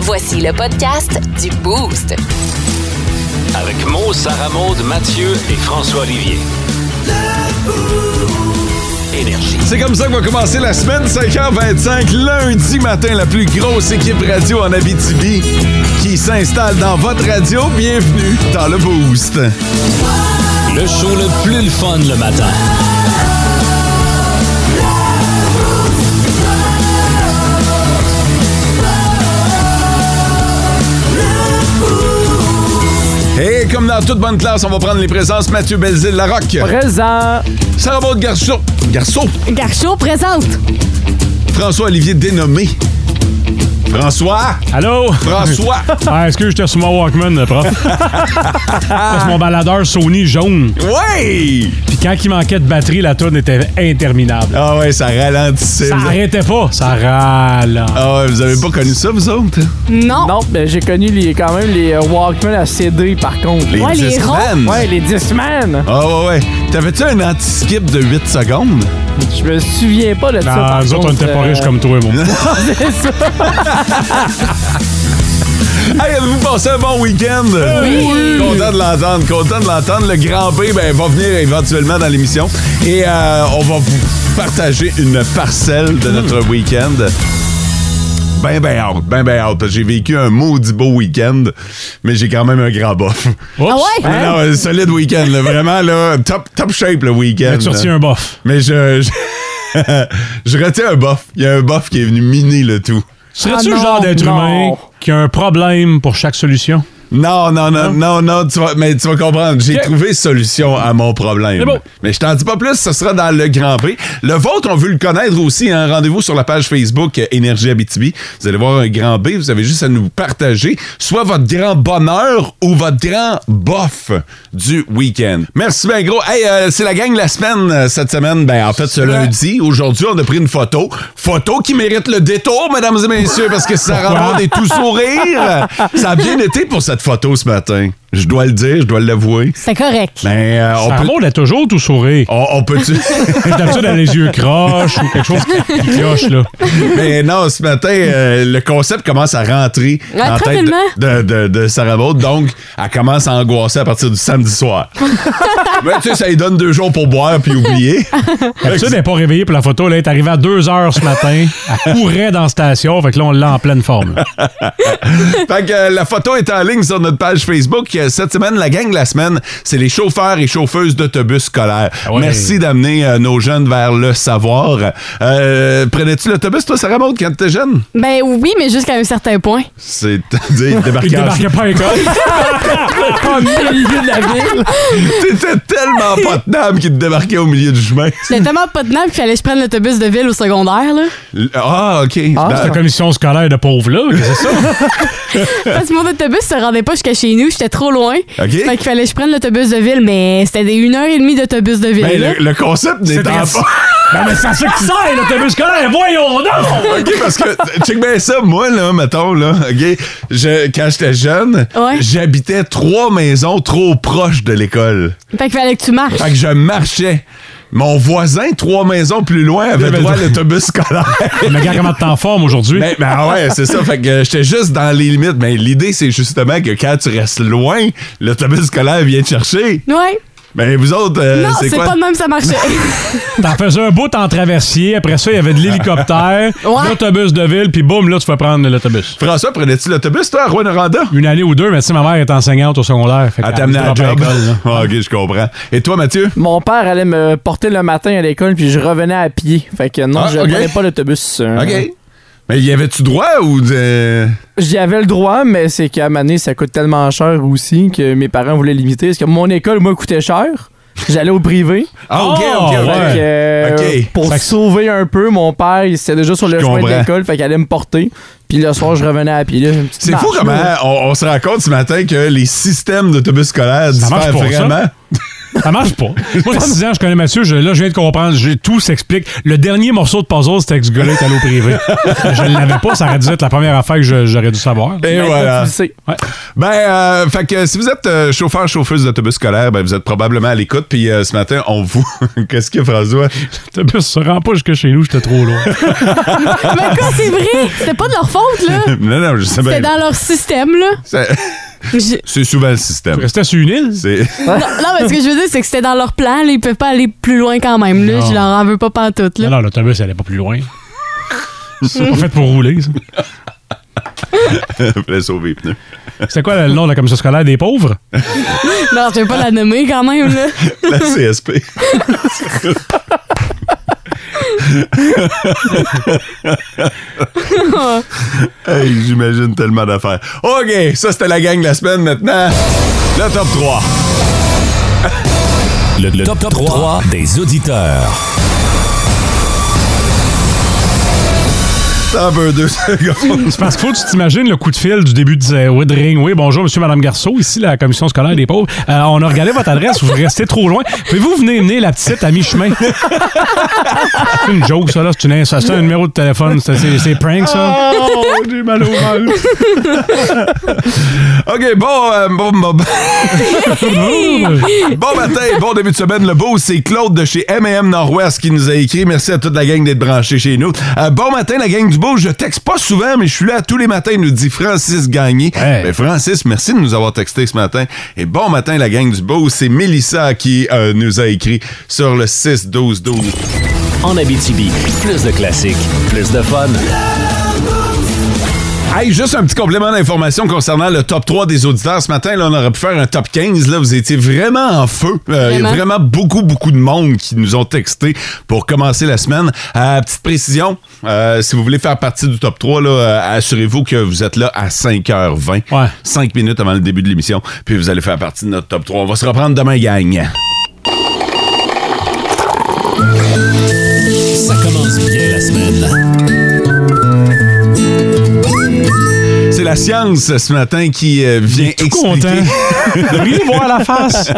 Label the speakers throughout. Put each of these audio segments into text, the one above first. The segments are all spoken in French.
Speaker 1: Voici le podcast du Boost.
Speaker 2: Avec Mo, Sarah Maud, Mathieu et François Olivier. Énergie.
Speaker 3: C'est comme ça qu'on va commencer la semaine 5h25, lundi matin, la plus grosse équipe radio en Abitibi qui s'installe dans votre radio. Bienvenue dans le Boost.
Speaker 2: Le show le plus le fun le matin.
Speaker 3: Et comme dans toute bonne classe, on va prendre les présences Mathieu Belzile Larocque,
Speaker 4: Présent.
Speaker 3: Sarah Maud Garceau, Garceau,
Speaker 5: Garchot présente.
Speaker 3: François-Olivier Dénommé. François!
Speaker 6: Allô?
Speaker 3: François!
Speaker 6: Ah, excuse, j'étais sur mon Walkman, euh, prof. J'étais sur mon baladeur Sony jaune.
Speaker 3: ouais!
Speaker 6: Puis quand il manquait de batterie, la tourne était interminable.
Speaker 3: Ah ouais, ça ralentissait.
Speaker 6: Ça
Speaker 3: vous avez-
Speaker 6: arrêtait pas, ça râle.
Speaker 3: Ah ouais, vous avez pas connu ça, vous autres? hein?
Speaker 5: Non.
Speaker 4: Non, ben, j'ai connu les, quand même les euh, Walkman à CD, par contre.
Speaker 5: Ouais, les ronds.
Speaker 3: Discman.
Speaker 4: Ouais, les Discman.
Speaker 3: Ah ouais, ouais. T'avais-tu un anti-skip de 8 secondes?
Speaker 4: Je me souviens pas de ça,
Speaker 6: Ah,
Speaker 4: par
Speaker 6: nous autres, on
Speaker 4: contre,
Speaker 6: n'était pas
Speaker 4: euh,
Speaker 6: riches comme toi, mon.
Speaker 3: Hey, avez-vous passé un bon week-end?
Speaker 4: Oui.
Speaker 3: Content de l'entendre, content de l'entendre. Le grand B ben, va venir éventuellement dans l'émission et euh, on va vous partager une parcelle de
Speaker 6: Mm.
Speaker 3: notre week-end. Ben, ben hâte, ben, ben hâte, parce que j'ai vécu un maudit beau week-end, mais j'ai quand même un grand bof.
Speaker 5: Ah
Speaker 6: Oups.
Speaker 5: ouais?
Speaker 3: Non, non,
Speaker 4: Hein?
Speaker 3: un solide week-end, là, vraiment, là, top, top shape le week-end.
Speaker 6: Mais tu retiens un bof.
Speaker 3: Mais je... je... je retiens un bof. Il y a un bof qui est venu miner le tout.
Speaker 6: Serais-tu le
Speaker 4: Ah
Speaker 6: genre
Speaker 4: non,
Speaker 6: d'être
Speaker 4: non.
Speaker 6: humain qui a un problème pour chaque solution?
Speaker 3: Non, non, non, non, non, tu vas, mais tu vas comprendre. J'ai trouvé solution à mon problème.
Speaker 6: C'est beau.
Speaker 3: Mais je t'en dis pas plus, ce sera dans le Grand Prix. Le vôtre, on veut le connaître aussi. Hein? Rendez-vous sur la page Facebook euh, Énergie Abitibi. Vous allez voir un Grand B, vous avez juste à nous partager soit votre grand bonheur ou votre grand bof du week-end. Merci ben gros. Hey, euh, c'est la gang la semaine euh, cette semaine. Ben en fait, ce lundi, aujourd'hui, on a pris une photo. Photo qui mérite le détour, mesdames et messieurs, parce que ça rend des tout sourire. Ça a bien été pour cette photo ce matin. Je dois le dire, je dois l'avouer.
Speaker 5: C'est correct.
Speaker 3: Mais euh, on peut...
Speaker 6: Sarah elle est toujours tout sourire.
Speaker 3: On, on peut-tu...
Speaker 6: D'habitude, elle a les yeux croches ou quelque chose qui cloche, là.
Speaker 3: Mais non, ce matin, euh, le concept commence à rentrer
Speaker 5: Ouais,
Speaker 3: en tête
Speaker 5: tranquillement.
Speaker 3: de, de, de, de Sarah Maud, donc elle commence à angoisser à partir du samedi soir. Mais tu sais, ça lui donne deux jours pour boire puis oublier.
Speaker 6: D'habitude, elle n'est pas réveillée pour la photo. Là, elle est arrivée à 2 h ce matin. Elle courait dans la station. Fait que là, on l'a en pleine forme.
Speaker 3: Fait que euh, la photo est en ligne sur notre page Facebook. Euh, Cette semaine, la gang de la semaine, c'est les chauffeurs et chauffeuses d'autobus scolaires.
Speaker 6: Ah ouais.
Speaker 3: Merci d'amener euh, nos jeunes vers le savoir. Euh, Prenais-tu l'autobus, toi, Sarah Maud, quand t'étais jeune?
Speaker 5: Ben oui, mais jusqu'à un certain point.
Speaker 3: C'est-à-dire
Speaker 6: Il
Speaker 3: débarquage.
Speaker 6: débarquait pas à l'école.
Speaker 4: Pas au milieu de la ville.
Speaker 3: T'étais tellement pas tenable qu'il te débarquait au milieu du chemin.
Speaker 5: C'était tellement pas tenable qu'il fallait que je prenne l'autobus de ville au secondaire, là.
Speaker 3: L- Ah, OK.
Speaker 6: C'est
Speaker 3: Ben,
Speaker 6: la commission scolaire de pauvres, là. Qu'est-ce que c'est ça?
Speaker 5: Parce que mon autobus se rendait pas jusqu'à chez nous, j'étais trop loin.
Speaker 3: OK.
Speaker 5: Fait qu'il fallait que je prenne l'autobus de ville, mais c'était des 1h30 d'autobus de ville.
Speaker 3: ben,
Speaker 5: là.
Speaker 3: le, le concept n'est pas...
Speaker 6: très- Ben, mais c'est à ça que sert, l'autobus scolaire. Voyons donc!
Speaker 3: OK, parce que, check bien ça, moi, là, mettons, là, OK, je- quand j'étais jeune,
Speaker 5: Ouais.
Speaker 3: j'habitais trois maisons trop proches de l'école.
Speaker 5: Fait qu'il fallait que tu marches.
Speaker 3: Fait que je marchais. Mon voisin, trois maisons plus loin, avait
Speaker 6: avait
Speaker 3: droit à
Speaker 6: droit.
Speaker 3: l'autobus scolaire.
Speaker 6: Mais regarde comment t'es en forme aujourd'hui.
Speaker 3: Mais, mais ah ouais, c'est ça. Fait que j'étais juste dans les limites. Mais l'idée, c'est justement que quand tu restes loin, l'autobus scolaire vient te chercher.
Speaker 5: Ouais.
Speaker 3: Mais vous autres, Ah. euh,
Speaker 5: non,
Speaker 3: c'est
Speaker 5: c'est
Speaker 3: quoi?
Speaker 5: pas de même ça marchait.
Speaker 6: T'en faisais un bout en traversier. Après ça, il y avait de l'hélicoptère,
Speaker 5: Ouais.
Speaker 6: l'autobus de ville, puis boum, là, tu vas prendre l'autobus.
Speaker 3: François, prenais-tu l'autobus, toi, à Rouen-Oranda?
Speaker 6: Une année ou deux, mais tu sais, ma mère est enseignante au secondaire. Fait
Speaker 3: À
Speaker 6: qu'elle
Speaker 3: t'amener à la
Speaker 6: me droppait
Speaker 3: job.
Speaker 6: l'école, là.
Speaker 3: Ah, ok, je comprends. Et toi, Mathieu?
Speaker 4: Mon père allait me porter le matin à l'école, puis je revenais à pied. Fait que non,
Speaker 3: Ah,
Speaker 4: je
Speaker 3: ok.
Speaker 4: prenais pas l'autobus. euh,
Speaker 3: OK. Mais y avait-tu droit ou euh, de...
Speaker 4: J'y avais le droit, mais c'est qu'à Mané, ça coûte tellement cher aussi que mes parents voulaient limiter. Parce que mon école, moi, coûtait cher. J'allais au privé.
Speaker 3: Ah,
Speaker 6: OK, OK, OK.
Speaker 4: Fait que,
Speaker 6: Ouais.
Speaker 4: euh,
Speaker 3: Ok.
Speaker 4: Pour
Speaker 6: Fait que-
Speaker 4: sauver un peu, mon père, il était déjà sur le
Speaker 3: Je
Speaker 4: chemin
Speaker 3: comprends.
Speaker 4: de l'école, fait qu'il allait me porter. Puis le soir, je revenais à pied. là, une petite
Speaker 3: C'est fou
Speaker 4: marche,
Speaker 3: comment
Speaker 4: là.
Speaker 3: on, on se rend compte ce matin que les systèmes d'autobus scolaires
Speaker 6: marche
Speaker 3: diffèrent
Speaker 6: pour ça?
Speaker 3: vraiment.
Speaker 6: Ça marche pas. Moi, j'ai 6 ans, je connais Mathieu. je- là, je viens de comprendre. j'ai- tout s'explique. Le dernier morceau de puzzle, c'était que ce gars-là est allé au privé. je ne l'avais pas. Ça aurait dû être la première affaire que je- j'aurais dû savoir.
Speaker 3: Et
Speaker 4: Maintenant,
Speaker 3: voilà.
Speaker 4: tu le sais.
Speaker 3: Ben, euh, fait que si vous êtes euh, chauffeur, chauffeuse d'autobus scolaire, ben, vous êtes probablement à l'écoute. Puis euh, ce matin, on vous. Qu'est-ce que François?
Speaker 6: Le bus se rend pas jusque chez nous. J'étais trop loin.
Speaker 5: Mais quoi, c'est vrai? C'était pas de leur faute, là.
Speaker 3: non, non, je sais
Speaker 5: C'était
Speaker 3: bien.
Speaker 5: dans leur système, là.
Speaker 3: C'est-
Speaker 5: Je-
Speaker 3: C'est souvent le
Speaker 6: Tu
Speaker 3: système.
Speaker 6: restais sur une île.
Speaker 3: C'est.
Speaker 5: Non, non, mais ce que je veux dire, c'est que c'était dans leur plan, là. Ils peuvent pas aller plus loin quand même, là.
Speaker 6: Non.
Speaker 5: Je leur en veux pas pantoute, là.
Speaker 6: Non, non, l'autobus, elle allait pas plus loin. C'est pas fait pour rouler, ça.
Speaker 3: Fallait sauver les pneus.
Speaker 6: C'est quoi le nom de la commission scolaire des pauvres?
Speaker 5: Non, je vais pas la nommer quand même, là.
Speaker 3: La CSP. Hey, J'imagine tellement d'affaires. OK, ça c'était la gang de la semaine maintenant. Le top 3.
Speaker 2: Le, le top, 3, des auditeurs.
Speaker 3: T'en veux deux secondes.
Speaker 6: C'est parce qu'il faut que tu t'imagines le coup de fil du début de euh, de Ring. Oui, bonjour, monsieur, madame Garceau, ici la commission scolaire des pauvres. Euh, on a regardé votre adresse, vous restez trop loin. Pouvez-vous venir mener la petite à mi-chemin? c'est une joke, ça, là. C'est une- ça, c'est un numéro de téléphone. C'est- C'est c'est prank, ça.
Speaker 3: Oh, j'ai mal au ventre. OK, bon, euh, bon, bon, bon matin, bon début de semaine. Le beau, c'est Claude de chez M&M Nord-Ouest qui nous a écrit. Merci à toute la gang d'être branchés chez nous. Euh, bon matin, la gang du beau. Je texte pas souvent, mais je suis là tous les matins, nous dit Francis Gagné.
Speaker 6: Hey.
Speaker 3: Ben, Francis, merci de nous avoir texté ce matin. Et bon matin, la gang du beau. C'est Mélissa qui euh, nous a écrit sur le 6-12-12.
Speaker 2: En Abitibi, plus de classiques, plus de fun.
Speaker 3: Hey, juste un petit complément d'information concernant le top 3 des auditeurs. Ce matin, là, on aurait pu faire un top 15. Là, vous étiez vraiment en feu. Euh, Il y a
Speaker 5: Vraiment.
Speaker 3: vraiment beaucoup, beaucoup de monde qui nous ont texté pour commencer la semaine. Euh, petite précision, euh, si vous voulez faire partie du top 3, là, euh, assurez-vous que vous êtes là à 5h20.
Speaker 6: Ouais.
Speaker 3: 5 minutes avant le début de l'émission. Puis vous allez faire partie de notre top 3. On va se reprendre demain, gang.
Speaker 2: Ça commence bien la semaine.
Speaker 3: C'est la science ce matin qui euh, vient
Speaker 6: Tout
Speaker 3: expliquer...
Speaker 6: content. Oui, voir la face.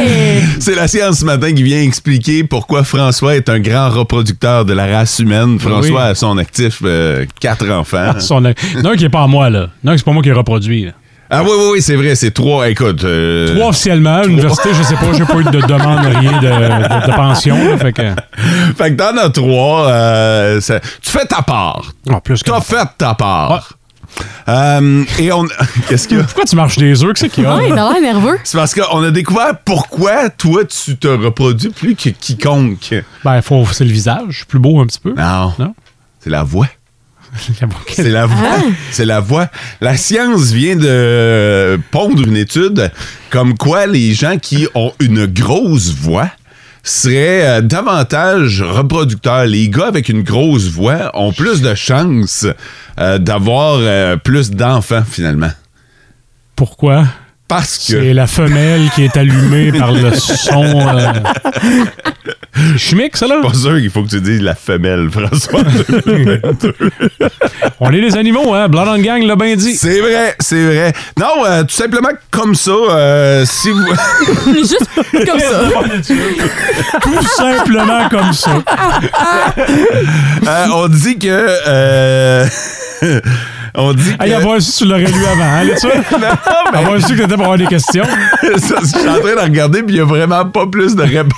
Speaker 5: Eh,
Speaker 3: C'est la science ce matin qui vient expliquer pourquoi François est un grand reproducteur de la race humaine. François
Speaker 6: Oui.
Speaker 3: a à son actif euh, quatre enfants.
Speaker 6: Ah, Son- Non, qui est pas à moi, là. Non, c'est pas moi qui ai reproduit. là.
Speaker 3: Ah oui, oui, oui, c'est vrai, c'est trois. Écoute, euh,
Speaker 6: Moi, officiellement, à l'université, je sais pas, j'ai pas eu de demande, rien de, de- de pension. là, fait que,
Speaker 3: fait que t'en as trois. euh, ça- tu fais ta part.
Speaker 6: Ah, plus que.
Speaker 3: T'as fait ta part. Euh, et on... Qu'est-ce qu'il y a?
Speaker 6: Pourquoi tu marches des œufs? Qu'est-ce qu'il y a?
Speaker 5: ouais, il a l'air nerveux.
Speaker 3: C'est parce qu'on a découvert pourquoi toi, tu te reproduis plus que quiconque.
Speaker 6: Ben, faut, c'est le visage. Je suis plus beau un petit peu.
Speaker 3: Non.
Speaker 6: Non?
Speaker 3: C'est la voix.
Speaker 6: La voix- Ah.
Speaker 3: C'est la voix. C'est la voix. La science vient de euh, pondre une étude comme quoi les gens qui ont une grosse voix seraient euh, davantage reproducteurs. Les gars avec une grosse voix ont plus de chances euh, d'avoir euh, plus d'enfants, finalement.
Speaker 6: Pourquoi?
Speaker 3: Parce que...
Speaker 6: C'est la femelle qui est allumée par le son. euh, C'est chimique, ça, là?
Speaker 3: Pas sûr qu'il faut que tu dises la femelle, François.
Speaker 6: On est des animaux, hein? Blood on Gang l'a bien dit.
Speaker 3: c'est vrai, c'est vrai. Non, euh, tout simplement comme ça, euh, si vous...
Speaker 5: Juste comme ça.
Speaker 6: Tout simplement comme ça. Ah,
Speaker 3: Euh, on dit que. euh, on dit que.
Speaker 6: Hey, avoir su, tu l'aurais lu avant, hein, là, tu
Speaker 3: mais-
Speaker 6: Avoir su que t'étais pour avoir des questions.
Speaker 3: Ça, je suis en train de regarder, puis il n'y a vraiment pas plus de réponses.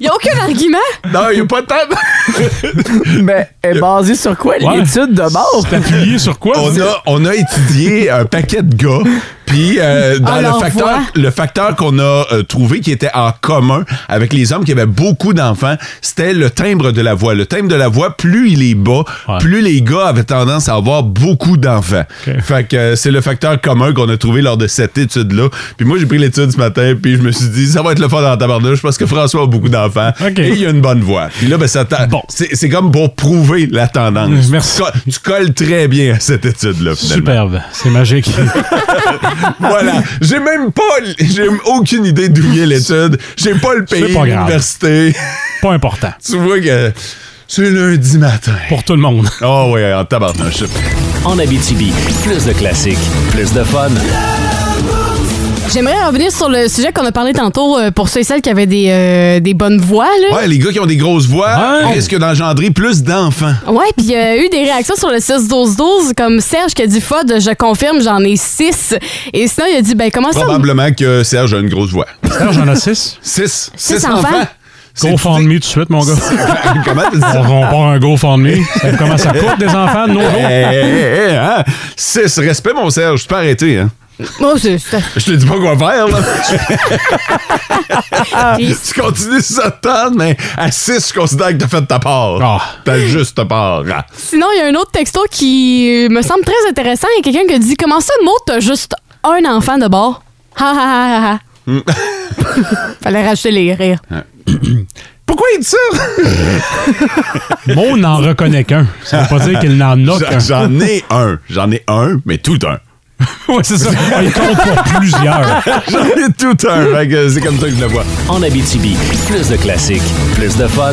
Speaker 5: Il a aucun argument.
Speaker 3: Non, il n'y a pas de temps.
Speaker 4: Mais elle est basée sur quoi
Speaker 6: Ouais.
Speaker 4: l'étude de bord?
Speaker 6: T'appuyais sur quoi?
Speaker 3: On a, on a étudié un paquet de gars, puis euh, dans
Speaker 5: Ah,
Speaker 3: le
Speaker 5: leur
Speaker 3: facteur,
Speaker 5: voix.
Speaker 3: le facteur qu'on a euh, trouvé qui était en commun avec les hommes qui avaient beaucoup d'enfants, c'était le timbre de la voix. Le timbre de la voix, plus il est bas,
Speaker 6: Ouais.
Speaker 3: plus les gars avaient tendance à avoir beaucoup d'enfants.
Speaker 6: Ok.
Speaker 3: Fait que euh, c'est le facteur commun qu'on a trouvé lors de cette étude-là. Puis moi, j'ai pris l'étude ce matin, puis je me suis dit, ça va être le fun dans la tabarnouche parce que François a beaucoup d'enfants
Speaker 6: Ok.
Speaker 3: et il a une bonne voix. Puis là, ben, ça t'a-
Speaker 6: Bon.
Speaker 3: c'est c'est comme pour prouver la tendance.
Speaker 6: Merci.
Speaker 3: Tu co- Tu colles très bien à cette étude-là, finalement.
Speaker 6: Superbe. ben, C'est magique.
Speaker 3: Voilà. J'ai même pas. l- J'ai aucune idée d'où vient l'étude. J'ai pas le pays,
Speaker 6: pas grave.
Speaker 3: l'université.
Speaker 6: Pas important.
Speaker 3: Tu vois que c'est lundi matin.
Speaker 6: Pour tout le monde.
Speaker 3: Oh ouais, en tabarnouche.
Speaker 2: En Abitibi, plus de classiques, plus de fun.
Speaker 5: J'aimerais revenir sur le sujet qu'on a parlé tantôt euh, pour ceux et celles qui avaient des, euh, des bonnes voix. Là.
Speaker 3: Ouais, les gars qui ont des grosses voix
Speaker 6: Ouais.
Speaker 3: risquent d'engendrer plus d'enfants.
Speaker 5: Ouais, puis il y a eu des réactions sur le 6-12-12, comme Serge qui a dit Fod, je confirme, j'en ai 6. Et sinon, il a dit, ben comment ça?
Speaker 3: Probablement que Serge a une grosse voix.
Speaker 6: Serge, j'en a six.
Speaker 3: Six.
Speaker 5: Six
Speaker 3: Six
Speaker 5: enfants.
Speaker 3: enfants. C'est-
Speaker 6: GoFundMe tout de suite, mon gars.
Speaker 3: Comment tu dis
Speaker 6: On,
Speaker 3: ça?
Speaker 6: on part un GoFundMe. Ça commence à court des enfants de nos jours.
Speaker 3: Hey, hey, hey, Eh, hein? Six. Respect, mon Serge. Tu peux arrêter, hein?
Speaker 5: Oh, c'est c'est-
Speaker 3: Je te dis pas quoi faire, là. tu continues ça te tente, mais à 6, je considère que t'as fait ta part.
Speaker 6: Ah.
Speaker 3: T'as juste ta part. Ah.
Speaker 5: Sinon, il y a un autre texto qui me semble très intéressant. Il y a quelqu'un qui a dit Comment ça, Maud, t'as juste un enfant de bord Ha ha ha ha, ha. Fallait racheter les rires.
Speaker 3: Pourquoi il dit ça?
Speaker 6: Mo n'en reconnaît qu'un. Ça veut pas dire qu'il n'en a hein.
Speaker 3: J'en-
Speaker 6: qu'un.
Speaker 3: J'en ai un. J'en ai un, mais tout un.
Speaker 6: Ouais, c'est ça. Ah, Il compte pour plusieurs.
Speaker 3: J'en ai tout un. Fait que C'est comme ça que je le vois.
Speaker 2: En Abitibi, plus de classiques, plus de fun.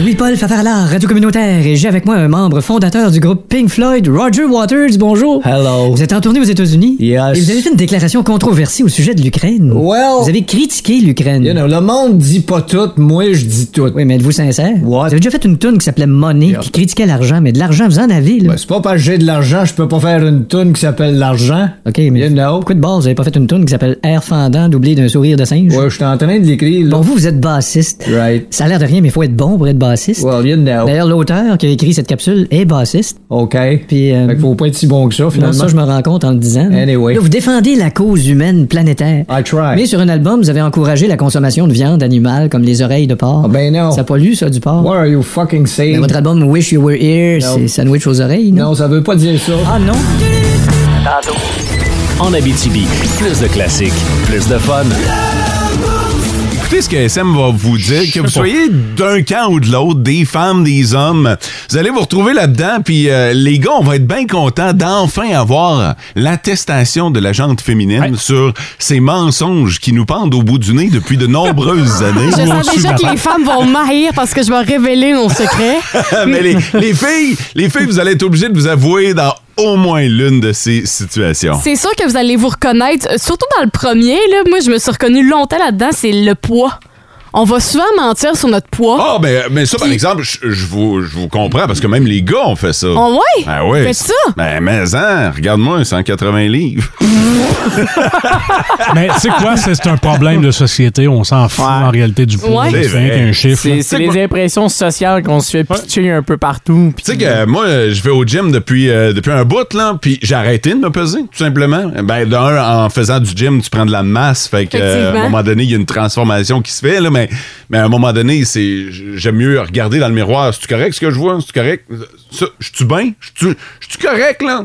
Speaker 7: Louis-Paul Favarlard, Radio Communautaire, et j'ai avec moi un membre fondateur du groupe Pink Floyd, Roger Waters. Bonjour.
Speaker 8: Hello.
Speaker 7: Vous êtes en tournée aux États-Unis?
Speaker 8: Yes.
Speaker 7: Et vous avez fait une déclaration controversée au sujet de l'Ukraine.
Speaker 8: Well-
Speaker 7: Vous avez critiqué l'Ukraine.
Speaker 8: You know, le monde dit pas tout, moi je dis tout.
Speaker 7: Oui, mais êtes-vous sincère?
Speaker 8: What?
Speaker 7: Vous avez déjà fait une tune qui s'appelait Money, qui critiquait l'argent, mais de l'argent, vous en avez, là.
Speaker 8: Ben, c'est pas parce que j'ai de l'argent, je peux pas faire une toune qui s'appelle l'argent.
Speaker 7: OK, mais.
Speaker 8: You know.
Speaker 7: Pourquoi de base, vous avez pas fait une tune qui s'appelle Air fendant, doublé d'un sourire de singe?
Speaker 8: Ouais, je suis en train de l'écrire, là.
Speaker 7: Bon, vous, vous êtes bassiste.
Speaker 8: Right.
Speaker 7: Ça a l'air de rien, mais faut être bon pour être bassiste.
Speaker 8: Well, you know.
Speaker 7: D'ailleurs, l'auteur qui a écrit cette capsule est bassiste.
Speaker 8: OK.
Speaker 7: Puis, euh,
Speaker 8: Fait qu'il faut pas être si bon que ça,
Speaker 7: Non,
Speaker 8: finalement.
Speaker 7: ça, je me rends compte en le disant.
Speaker 8: Anyway.
Speaker 7: Hein? Là, vous défendez la cause humaine planétaire.
Speaker 8: I try.
Speaker 7: Mais sur un album, vous avez encouragé la consommation de viande animale, comme les oreilles de porc.
Speaker 8: Ah, ben non.
Speaker 7: Ça pollue, ça, du porc.
Speaker 8: What are you fucking saying?
Speaker 7: Mais votre album Wish You Were Here,
Speaker 8: Non.
Speaker 7: c'est sandwich aux oreilles, non?
Speaker 8: Non, ça veut pas dire ça.
Speaker 7: Ah non?
Speaker 2: En Abitibi, plus de classiques, plus de fun.
Speaker 3: Écoutez ce que SM va vous dire, que vous soyez d'un camp ou de l'autre, des femmes, des hommes, vous allez vous retrouver là-dedans, puis euh, les gars, on va être bien contents d'enfin avoir l'attestation de la gente féminine sur ces mensonges qui nous pendent au bout du nez depuis de nombreuses années.
Speaker 5: Je sens
Speaker 6: au-dessus de
Speaker 5: déjà
Speaker 6: la
Speaker 5: que les
Speaker 6: tête.
Speaker 5: femmes vont m'haïr parce que je vais révéler mon secret.
Speaker 3: Mais les, les filles, les filles, vous allez être obligés de vous avouer dans au moins l'une de ces situations.
Speaker 5: C'est sûr que vous allez vous reconnaître, euh, surtout dans le premier. Là, moi, je me suis reconnue longtemps là-dedans, c'est le poids. On va souvent mentir sur notre poids.
Speaker 3: Ah, mais, mais ça, par exemple, je je vous, je vous comprends, parce que même les gars ont fait ça.
Speaker 5: Oh, ouais?
Speaker 3: Ah ouais.
Speaker 5: Faites ça?
Speaker 3: Ben, mais hein, regarde-moi, 180 livres.
Speaker 6: Mais tu sais quoi? C'est c'est un problème de société. On s'en fout
Speaker 4: Ouais.
Speaker 6: en réalité du poids.
Speaker 5: Ouais.
Speaker 6: C'est
Speaker 3: C'est
Speaker 6: rien
Speaker 3: vrai.
Speaker 6: qu'un chiffre. là.
Speaker 4: C'est c'est les impressions sociales qu'on se fait pitcher un peu partout. puis-
Speaker 3: Tu sais que moi, euh, je vais au gym depuis, euh, depuis un bout, là, puis j'ai arrêté de me peser, tout simplement. Ben, d'un, en faisant du gym, tu prends de la masse, fait que, euh, à un
Speaker 5: Effectivement.
Speaker 3: moment donné, il y a une transformation qui se fait, là, mais, mais à un moment donné, c'est, j'aime mieux regarder dans le miroir, c'est-tu correct ce que je vois? C'est-tu correct? Ça, je-tu bien? Je-tu je-tu correct, là?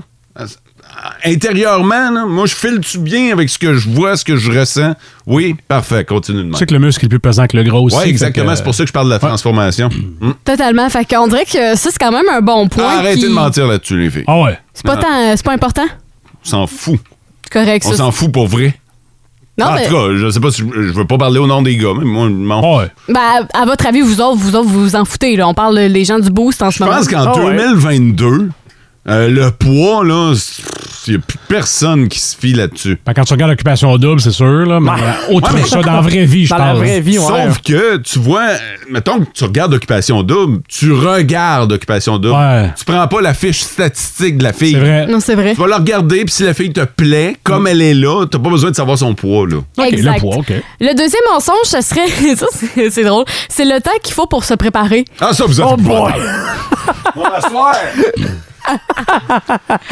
Speaker 3: Intérieurement, là, moi, je file-tu bien avec ce que je vois, ce que je ressens? Oui, parfait, continue de même.
Speaker 6: Tu sais que le muscle est plus pesant que le gros.
Speaker 3: Ouais, exactement, c'est pour ça que je parle de la transformation. Hmm.
Speaker 5: Totalement. Fait qu'on dirait que ça, c'est quand même un bon point.
Speaker 3: Arrêtez
Speaker 5: qui-
Speaker 3: de mentir là-dessus, les filles.
Speaker 6: Ah ouais.
Speaker 5: C'est pas, tant- euh, c'est pas important.
Speaker 3: On s'en fout.
Speaker 5: C'est correct,
Speaker 3: On
Speaker 5: ça.
Speaker 3: s'en fout pour vrai.
Speaker 5: Non,
Speaker 3: en
Speaker 5: mais,
Speaker 3: tout cas, je sais pas si je, je veux pas parler au nom des gars, mais moi, je m'en
Speaker 6: Ah ouais.
Speaker 5: ben, à à votre avis, vous autres, vous autres, vous vous en foutez. Là. On parle euh, les gens du boost en ce
Speaker 3: Je
Speaker 5: moment.
Speaker 3: pense qu'en
Speaker 4: Ah ouais.
Speaker 3: 2022, euh, le poids, là, il y a plus personne qui se fie là-dessus.
Speaker 6: Ben, quand tu regardes l'occupation double, c'est sûr, là. Mais euh, autre que ça, dans la vraie vie, je
Speaker 4: Dans
Speaker 6: parle.
Speaker 4: la vraie vie, ouais.
Speaker 3: Sauf que, tu vois, euh, mettons que tu regardes Occupation Double, tu regardes Occupation Double.
Speaker 6: Ouais.
Speaker 3: Tu prends pas la fiche statistique de la fille.
Speaker 6: C'est vrai. Mm.
Speaker 5: Non, c'est vrai.
Speaker 3: Tu vas la regarder, puis si la fille te plaît, comme elle est là, t'as pas besoin de savoir son poids, là.
Speaker 6: OK,
Speaker 5: Exact.
Speaker 6: le poids, OK.
Speaker 5: Le deuxième mensonge, ce serait. ça, c'est- c'est drôle. C'est le temps qu'il faut pour se préparer.
Speaker 3: Ah, ça, vous êtes
Speaker 4: Oh boy!
Speaker 5: Tu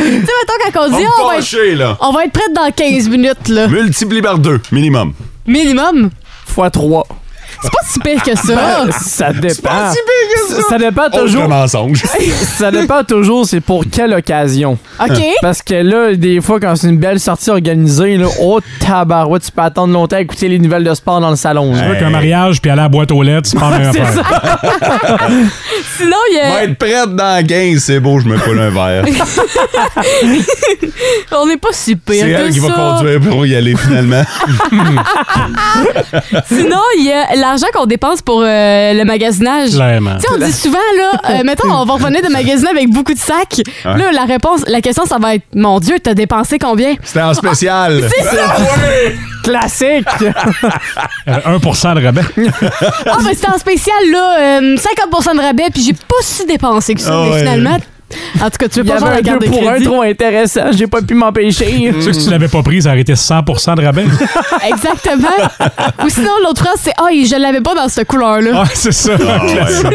Speaker 5: sais, mettons, quand on
Speaker 3: On
Speaker 5: dit, ah, on
Speaker 3: va me
Speaker 5: va, être,
Speaker 3: fâcher, là.
Speaker 5: on va être prête dans 15 minutes, là.
Speaker 3: Multiplié par deux, minimum.
Speaker 5: Minimum.
Speaker 4: Fois 3.
Speaker 5: C'est pas si pire que ça.
Speaker 4: Ben, Ça dépend.
Speaker 3: pas si pire que ça.
Speaker 4: Ça dépend
Speaker 3: Autre
Speaker 4: toujours.
Speaker 3: mensonge.
Speaker 4: Ça dépend toujours, c'est pour quelle occasion.
Speaker 5: OK?
Speaker 4: Parce que là, des fois, quand c'est une belle sortie organisée, là, oh tabarouette, tu peux attendre longtemps à écouter les nouvelles de sport dans le salon. là.
Speaker 6: Tu veux qu'un mariage puis aller à la boîte aux lettres, c'est pas la même
Speaker 4: C'est
Speaker 6: affaire.
Speaker 4: ça.
Speaker 5: Sinon, il y a-
Speaker 3: Va être prête dans 15, c'est beau, je me coule un verre.
Speaker 5: on n'est pas si pire
Speaker 3: C'est
Speaker 5: que
Speaker 3: elle qui
Speaker 5: ça.
Speaker 3: va conduire pour y aller finalement.
Speaker 5: Sinon, il y a l'argent qu'on dépense pour euh, le magasinage.
Speaker 6: Clairement.
Speaker 5: Tu sais, on dit souvent, là, euh, mettons, on va revenir de magasiner avec beaucoup de sacs. Là, la réponse, la question, ça va être Mon Dieu, t'as dépensé combien?
Speaker 3: C'était en spécial.
Speaker 4: Classique!
Speaker 6: Euh, 1 de rabais.
Speaker 5: Ah, ben c'était en spécial, là, euh, 50 de rabais, puis j'ai pas si dépensé que ça,
Speaker 3: Ah
Speaker 5: mais
Speaker 3: ouais.
Speaker 5: finalement. En tout cas, tu veux
Speaker 4: Il y
Speaker 5: pas
Speaker 4: avait
Speaker 5: faire
Speaker 4: un
Speaker 5: la carte
Speaker 4: deux
Speaker 5: de
Speaker 4: pour un
Speaker 5: crédit.
Speaker 4: trop intéressant, j'ai pas pu m'empêcher.
Speaker 6: Sûr que si tu l'avais pas pris, ça aurait été 100 de rabais.
Speaker 5: Exactement. Ou sinon, l'autre phrase, c'est Ah, je l'avais pas dans cette couleur-là.
Speaker 6: Ah, c'est ça. un classique.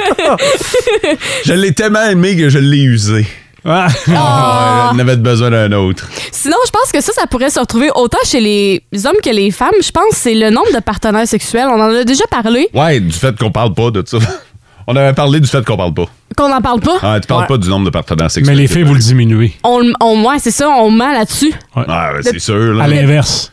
Speaker 3: Je l'ai tellement aimé que je l'ai usé.
Speaker 6: Ah.
Speaker 5: Ah.
Speaker 3: Ah, On avait besoin d'un autre.
Speaker 5: Sinon, je pense que ça, ça pourrait se retrouver autant chez les hommes que les femmes. Je pense que c'est le nombre de partenaires sexuels. On en a déjà parlé,
Speaker 3: Ouais, du fait qu'on parle pas de ça. On avait parlé du fait qu'on parle pas.
Speaker 5: qu'on n'en parle pas.
Speaker 3: Ah, tu parles pas du nombre de partenaires sexuels.
Speaker 6: Mais les filles, vous le diminuez.
Speaker 5: On, on, ouais, c'est ça, on ment là-dessus.
Speaker 3: Ah, ouais, c'est sûr. là.
Speaker 6: À l'inverse.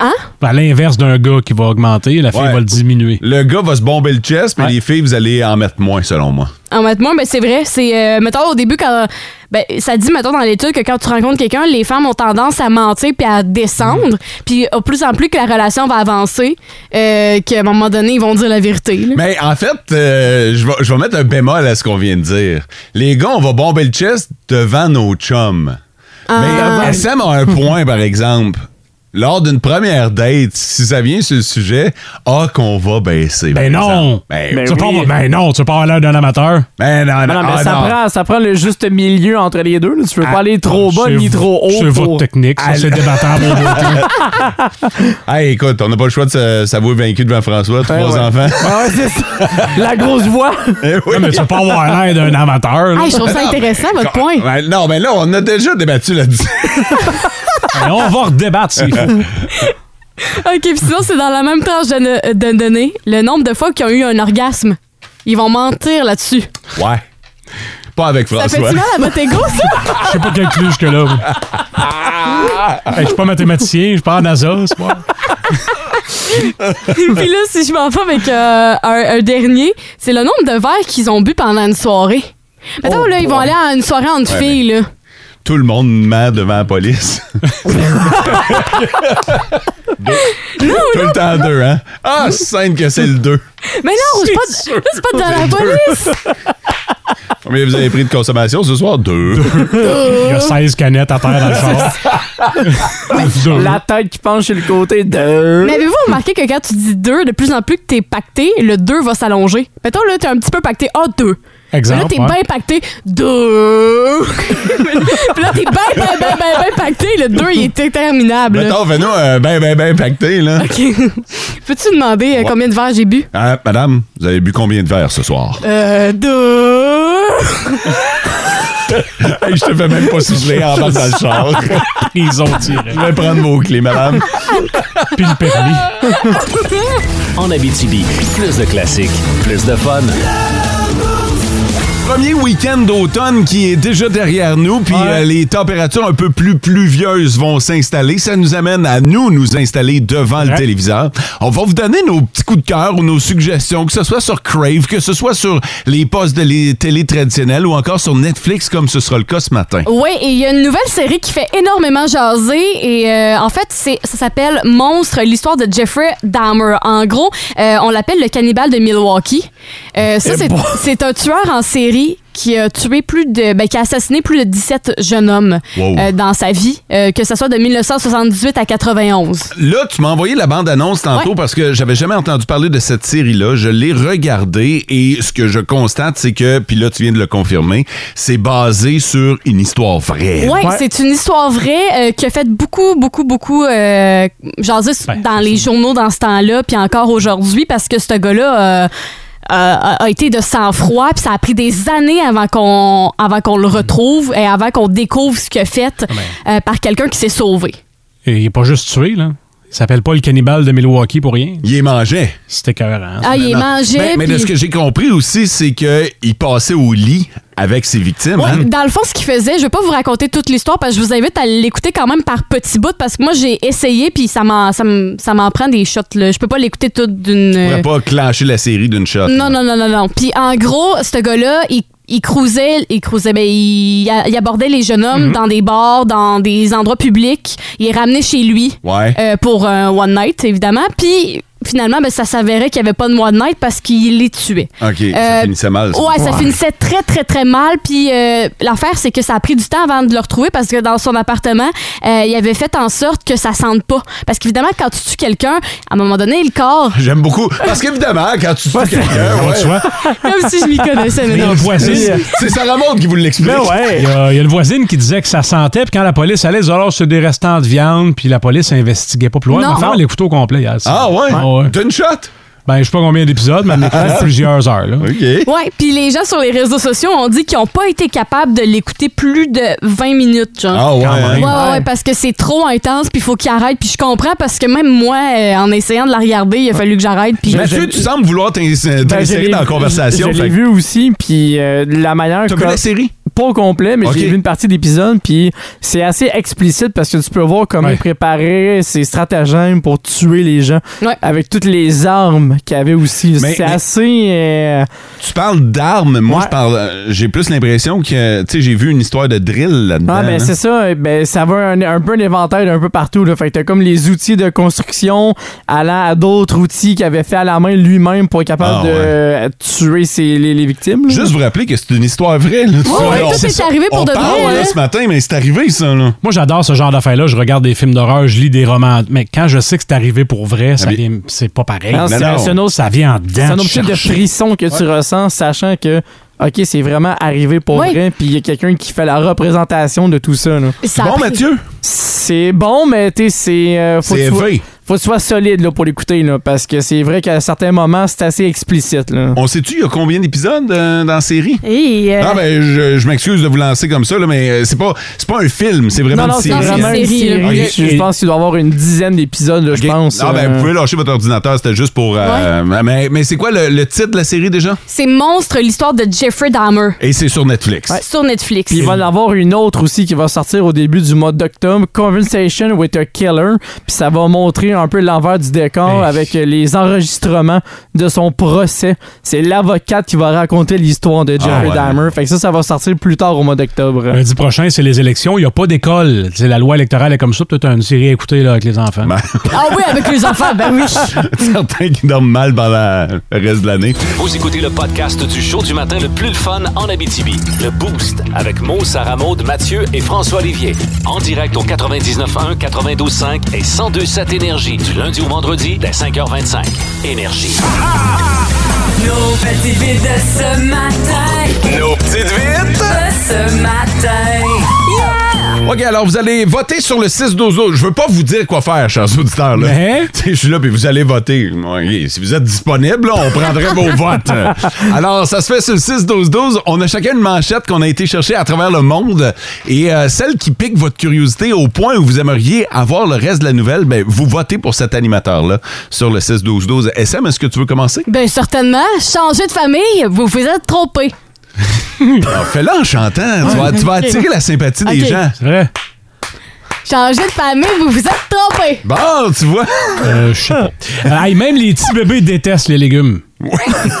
Speaker 5: Hein?
Speaker 6: À l'inverse d'un gars qui va augmenter, la fille
Speaker 3: Ouais.
Speaker 6: va le diminuer.
Speaker 3: Le gars va se bomber le chest, mais
Speaker 6: Ouais.
Speaker 3: les filles, vous allez en mettre moins, selon moi.
Speaker 5: En moi, ben, c'est vrai. C'est, euh, mettons, au début, quand. Ben, ça dit, mettons, dans l'étude que quand tu rencontres quelqu'un, les femmes ont tendance à mentir puis à descendre.
Speaker 3: Mm.
Speaker 5: Puis, au plus en plus que la relation va avancer, euh, qu'à un moment donné, ils vont dire la vérité. là.
Speaker 3: Mais en fait, euh, je vais je vais mettre un bémol à ce qu'on vient de dire. Les gars, on va bomber le chest devant nos chums.
Speaker 6: Ah.
Speaker 3: Mais SM a un point, par exemple. Lors d'une première date, si ça vient sur le sujet, ah, qu'on va baisser. par
Speaker 6: Ben non!
Speaker 3: exemple. Ben,
Speaker 4: Ben
Speaker 6: Tu vas pas
Speaker 4: oui.
Speaker 6: avoir- Ben non, tu vas pas avoir l'air d'un amateur.
Speaker 3: ben non,
Speaker 4: Non,
Speaker 3: non,
Speaker 4: mais
Speaker 3: ah,
Speaker 4: ça,
Speaker 3: non.
Speaker 4: Prend, ça prend le juste milieu entre les deux. là. Tu veux pas aller trop bas
Speaker 6: C'est
Speaker 4: ni
Speaker 6: vo-
Speaker 4: trop haut.
Speaker 6: C'est votre
Speaker 4: pour-
Speaker 6: technique, ça, c'est débattable. au bout.
Speaker 3: Hey, écoute, on n'a pas le choix de se- s'avouer vaincu devant François, trois
Speaker 4: ouais.
Speaker 3: enfants.
Speaker 4: Ah ouais, c'est ça. La grosse voix.
Speaker 3: Eh oui.
Speaker 6: Ouais, mais tu vas pas avoir l'air d'un amateur. là.
Speaker 5: Hey, je trouve ça intéressant, votre point.
Speaker 3: Ben non, mais là, on a déjà débattu là-dessus.
Speaker 6: Ben, on va redébattre, c'est fou.
Speaker 5: OK, puis sinon, c'est dans la même tranche de, de données, le nombre de fois qu'ils ont eu un orgasme. Ils vont mentir là-dessus.
Speaker 3: Ouais. Pas avec
Speaker 5: Ça fait-tu
Speaker 3: François.
Speaker 5: mal à votre ego, ça?
Speaker 6: Je sais pas calculer jusque-là. moi. Ah Hey, je suis pas mathématicien, je suis pas à NASA, c'est pas...
Speaker 5: puis là, si je m'en vais avec euh, un, un dernier, c'est le nombre de verres qu'ils ont bu pendant une soirée. Mettons, là, ils vont aller à une soirée entre
Speaker 3: Oh, Ouais,
Speaker 5: filles, là.
Speaker 3: Tout le monde ment devant la police. Tout le temps deux, hein? Ah, scène que c'est le deux.
Speaker 5: Mais non, c'est pas, là, c'est pas dans la police!
Speaker 3: Combien vous avez pris de consommation ce soir? Deux.
Speaker 6: Il y a 16 canettes à terre dans le char. Deux.
Speaker 4: La tête qui penche sur le côté de.
Speaker 5: Mais avez-vous remarqué que quand tu dis deux, de plus en plus que t'es pacté, le deux va s'allonger? Mettons, là, t'es un petit peu pacté. Ah, deux. Puis là,
Speaker 6: Exemple,
Speaker 5: t'es
Speaker 6: ouais.
Speaker 5: bien pacté. Deux. Puis là, t'es bien, bien, bien, bien, bien pacté. Le deux, il est interminable. là.
Speaker 3: Mettons, fais-nous un ben, ben, ben pacté, là.
Speaker 5: OK. Peux-tu demander euh,
Speaker 3: Ouais.
Speaker 5: combien de verres j'ai bu?
Speaker 3: Ah, madame, vous avez bu combien de verres ce soir?
Speaker 5: Euh, deux.
Speaker 3: Hey, je te fais même pas souffler en bas dans le char.
Speaker 6: Ils ont tiré.
Speaker 3: Je vais prendre vos clés, madame.
Speaker 6: Puis le permis.
Speaker 2: En Abitibi, plus de classiques, plus de fun.
Speaker 3: Premier week-end d'automne qui est déjà derrière nous, puis euh, les températures un peu plus pluvieuses vont s'installer. Ça nous amène à nous nous installer devant le
Speaker 6: Ouais.
Speaker 3: téléviseur. On va vous donner nos petits coups de cœur ou nos suggestions, que ce soit sur Crave, que ce soit sur les postes de les télé traditionnels ou encore sur Netflix, comme ce sera le cas ce matin.
Speaker 5: Oui, et il y a une nouvelle série qui fait énormément jaser. Et euh, en fait, c'est, ça s'appelle Monstre, l'histoire de Jeffrey Dahmer. En gros, euh, on l'appelle le cannibale de Milwaukee. Euh, ça, c'est, c'est un tueur en série qui a tué plus de ben, qui a assassiné plus de 17 jeunes hommes
Speaker 3: Wow.
Speaker 5: euh, dans sa vie euh, que ce soit de 1978 à 91.
Speaker 3: Là, tu m'as envoyé la bande-annonce tantôt
Speaker 5: Ouais.
Speaker 3: parce que j'avais jamais entendu parler de cette série-là. Je l'ai regardée et ce que je constate, c'est que, puis là, tu viens de le confirmer, c'est basé sur une histoire vraie.
Speaker 5: Ouais, c'est une histoire vraie euh, qui a fait beaucoup, beaucoup, beaucoup euh, jaser s-
Speaker 6: Ben,
Speaker 5: dans les journaux dans ce temps-là, puis encore aujourd'hui, parce que ce gars-là euh, a, a- a été de sang-froid, puis ça a pris des années avant qu'on avant qu'on le retrouve et avant qu'on découvre ce qu'il a fait euh, par quelqu'un qui s'est sauvé.
Speaker 6: Et il est pas juste tué, là. Il s'appelle pas le cannibale de Milwaukee pour rien.
Speaker 3: Il les mangeait.
Speaker 6: C'était cohérent.
Speaker 5: Ah, il est mangé.
Speaker 3: Ben, Mais, mais de
Speaker 5: puis-
Speaker 3: ce que j'ai compris aussi, c'est qu'il passait au lit avec ses victimes.
Speaker 5: Ouais,
Speaker 3: hein?
Speaker 5: Dans le fond, ce qu'il faisait, je vais pas vous raconter toute l'histoire parce que je vous invite à l'écouter quand même par petits bouts parce que moi j'ai essayé puis ça m'en ça m'en- ça m'en prend des shots là. Je peux pas l'écouter toute d'une.
Speaker 3: On pourrait pas clencher la série d'une shot.
Speaker 5: Non, non, non, non, non. Puis en gros, ce gars-là, il, il cruisait, il cruisait, ben, il, il abordait les jeunes
Speaker 3: Mhm.
Speaker 5: hommes dans des bars, dans des endroits publics. Il les ramenait chez lui
Speaker 3: Ouais.
Speaker 5: euh, pour un one night, évidemment. Puis finalement, ben, ça s'avérait qu'il n'y avait pas de mois de night parce qu'il les tuait.
Speaker 3: OK, ça
Speaker 5: Euh,
Speaker 3: finissait mal. ça.
Speaker 5: Ouais, ça finissait très, très, très mal. Puis euh, l'affaire, c'est que ça a pris du temps avant de le retrouver parce que dans son appartement, euh, il avait fait en sorte que ça sente pas. Parce qu'évidemment, quand tu tues quelqu'un, à un moment donné, le corps,
Speaker 3: J'aime beaucoup. Parce qu'évidemment, quand tu tues quelqu'un,
Speaker 6: Comment
Speaker 3: ouais,
Speaker 6: tu vois? euh,
Speaker 5: comme si je m'y connaissais, mais
Speaker 6: Il y a
Speaker 5: non.
Speaker 6: une voisine.
Speaker 3: c'est Sarah Maud qui vous l'explique.
Speaker 6: Ben ouais. Il y, a, il y a une voisine qui disait que ça sentait, puis quand la police allait, ils disaient, alors c'est des restants de viande, puis la police investiguait pas plus loin.
Speaker 5: Non.
Speaker 6: On va faire les couteaux complets hier. ça.
Speaker 3: Ah ouais?
Speaker 6: Ah ouais.
Speaker 3: D'une shot? Ah.
Speaker 6: Ben, je sais pas combien d'épisodes, mais on a fait plusieurs heures. Là.
Speaker 3: OK.
Speaker 5: Ouais, puis les gens sur les réseaux sociaux ont dit qu'ils n'ont pas été capables de l'écouter plus de 20 minutes, genre.
Speaker 3: Ah ouais.
Speaker 6: Quand même.
Speaker 5: Ouais, ouais,
Speaker 4: Ouais.
Speaker 5: parce que c'est trop intense, puis il faut qu'il arrête. Puis je comprends, parce que même moi, euh, en essayant de la regarder, il a fallu que j'arrête. Puis
Speaker 3: Mathieu,
Speaker 4: je-
Speaker 3: tu sembles vouloir t'ins-
Speaker 4: Ben, je
Speaker 3: t'insérer
Speaker 4: l'ai-
Speaker 3: dans la conversation.
Speaker 4: Je, je
Speaker 3: fait
Speaker 4: l'ai
Speaker 3: que-
Speaker 4: vu aussi, puis euh, la manière
Speaker 3: T'as vu
Speaker 4: comme-
Speaker 3: la série?
Speaker 4: pas au complet, mais
Speaker 3: Ok.
Speaker 4: j'ai vu une partie d'épisode, puis c'est assez explicite parce que tu peux voir comment
Speaker 6: Ouais.
Speaker 4: il préparait ses stratagèmes pour tuer les gens
Speaker 5: Ouais.
Speaker 4: avec toutes les armes qu'il avait aussi.
Speaker 3: Mais-
Speaker 4: C'est
Speaker 3: mais-
Speaker 4: assez. euh,
Speaker 3: Tu parles d'armes. Moi,
Speaker 4: Ouais.
Speaker 3: je parle. euh, J'ai plus l'impression que. Tu sais, j'ai vu une histoire de drill là-dedans.
Speaker 4: Ah, ben
Speaker 3: hein.
Speaker 4: c'est ça, euh, ben, ça va un, un peu un éventail d'un peu partout. Là. Fait que t'as comme les outils de construction allant à d'autres outils qu'il avait fait à la main lui-même pour être capable
Speaker 3: Ah,
Speaker 4: de
Speaker 3: ouais.
Speaker 4: euh, tuer ses, les, les victimes. là.
Speaker 3: Juste vous rappeler que c'est une histoire vraie. Là.
Speaker 5: ouais,
Speaker 3: On-
Speaker 5: tout
Speaker 3: c'est
Speaker 5: est
Speaker 3: ça.
Speaker 5: arrivé pour
Speaker 3: On
Speaker 5: de vrai,
Speaker 3: parle, là,
Speaker 5: hein.
Speaker 3: ce matin, mais c'est arrivé, ça. Là.
Speaker 6: Moi, j'adore ce genre d'affaires-là. Je regarde des films d'horreur, je lis des romans. Mais quand je sais que c'est arrivé pour vrai, ça
Speaker 3: mais-
Speaker 6: vient- c'est pas pareil.
Speaker 4: Non,
Speaker 3: c'est-
Speaker 6: ça,
Speaker 3: c'est
Speaker 6: un autre- ça vient en dedans.
Speaker 4: C'est un
Speaker 6: tu
Speaker 4: optique de
Speaker 6: cherches.
Speaker 4: frisson que tu ressens, sachant que, OK, c'est vraiment arrivé pour
Speaker 5: Oui.
Speaker 4: vrai, puis il y a quelqu'un qui fait la représentation de tout ça. là.
Speaker 5: ça a
Speaker 3: Bon,
Speaker 5: pris-
Speaker 3: Mathieu,
Speaker 4: C'est bon, mais tu sais, c'est. euh, faut, que
Speaker 3: c'est
Speaker 4: tu sois-
Speaker 3: élevé.
Speaker 4: faut que tu sois solide là, pour l'écouter, là, parce que c'est vrai qu'à certains moments, c'est assez explicite. Là.
Speaker 3: On sait-tu, il y a combien d'épisodes euh, dans la série?
Speaker 5: Et, euh,
Speaker 3: Ah ben je, je m'excuse de vous lancer comme ça là, mais euh, c'est pas c'est pas un film, c'est vraiment
Speaker 4: non, non,
Speaker 3: une
Speaker 4: c'est
Speaker 3: série.
Speaker 4: vraiment
Speaker 5: C'est
Speaker 4: une
Speaker 5: une série,
Speaker 4: série.
Speaker 5: là.
Speaker 3: Ok.
Speaker 4: Je- Je pense qu'il doit y avoir une dizaine d'épisodes, là, je
Speaker 3: Ok.
Speaker 4: pense.
Speaker 3: Ah ben
Speaker 4: euh,
Speaker 3: vous pouvez lâcher votre ordinateur, c'était juste pour euh, mais, mais c'est quoi le, le titre de la série déjà
Speaker 5: c'est monstre l'histoire de Jeffrey Dahmer
Speaker 3: Et c'est sur Netflix.
Speaker 5: sur Netflix.
Speaker 4: Puis il va y en avoir une autre aussi qui va sortir au début du mois d'octobre, Conversation with a Killer. Puis ça va montrer un peu l'envers du décor
Speaker 3: Ben,
Speaker 6: Hey.
Speaker 4: avec euh, les enregistrements de son procès. C'est l'avocate qui va raconter l'histoire de Jeffrey
Speaker 3: Ah ouais.
Speaker 4: Dahmer. Fait que ça, ça va sortir plus tard au mois d'octobre.
Speaker 6: Lundi prochain, c'est les élections. Il n'y a pas d'école. Tu sais, la loi électorale est comme ça. Peut-être une série à écouter là, avec les enfants.
Speaker 3: Ben,
Speaker 5: Ah oui, avec les enfants, ben oui.
Speaker 3: certains qui dorment mal pendant le reste de l'année.
Speaker 2: Vous écoutez le podcast du show du matin le plus le fun en Abitibi. Le Boost avec Mo, Sarah Maud, Mathieu et François Olivier. En direct au 99.1, 92.5 et 102.7 Énergie du lundi au vendredi dès 5h25. Énergie.
Speaker 9: Nos petites vites de ce matin.
Speaker 2: Nos petites vites.
Speaker 9: De ce matin.
Speaker 3: OK, alors vous allez voter sur le 6 12 autres. Je veux pas vous dire quoi faire, chers auditeurs là.
Speaker 6: Mais-
Speaker 3: Tu sais, Je suis là, puis vous allez voter. OK, si vous êtes disponible, là, on prendrait vos votes. Alors, ça se fait sur le 6-12-12. On a chacun une manchette qu'on a été chercher à travers le monde. Et euh, celle qui pique votre curiosité au point où vous aimeriez avoir le reste de la nouvelle, ben, vous votez pour cet animateur-là sur le 6-12-12. SM, est-ce que tu veux commencer?
Speaker 5: Ben certainement, changer de famille, vous vous êtes trompé.
Speaker 3: Alors, Ah, Fais-le en chantant. Tu vas, tu vas attirer la sympathie des
Speaker 5: Ok.
Speaker 3: gens.
Speaker 6: C'est vrai?
Speaker 5: Changer de famille, vous vous êtes trompé.
Speaker 3: Bon, tu vois.
Speaker 6: Euh, je sais pas. Euh, hey, même les petits bébés détestent les légumes.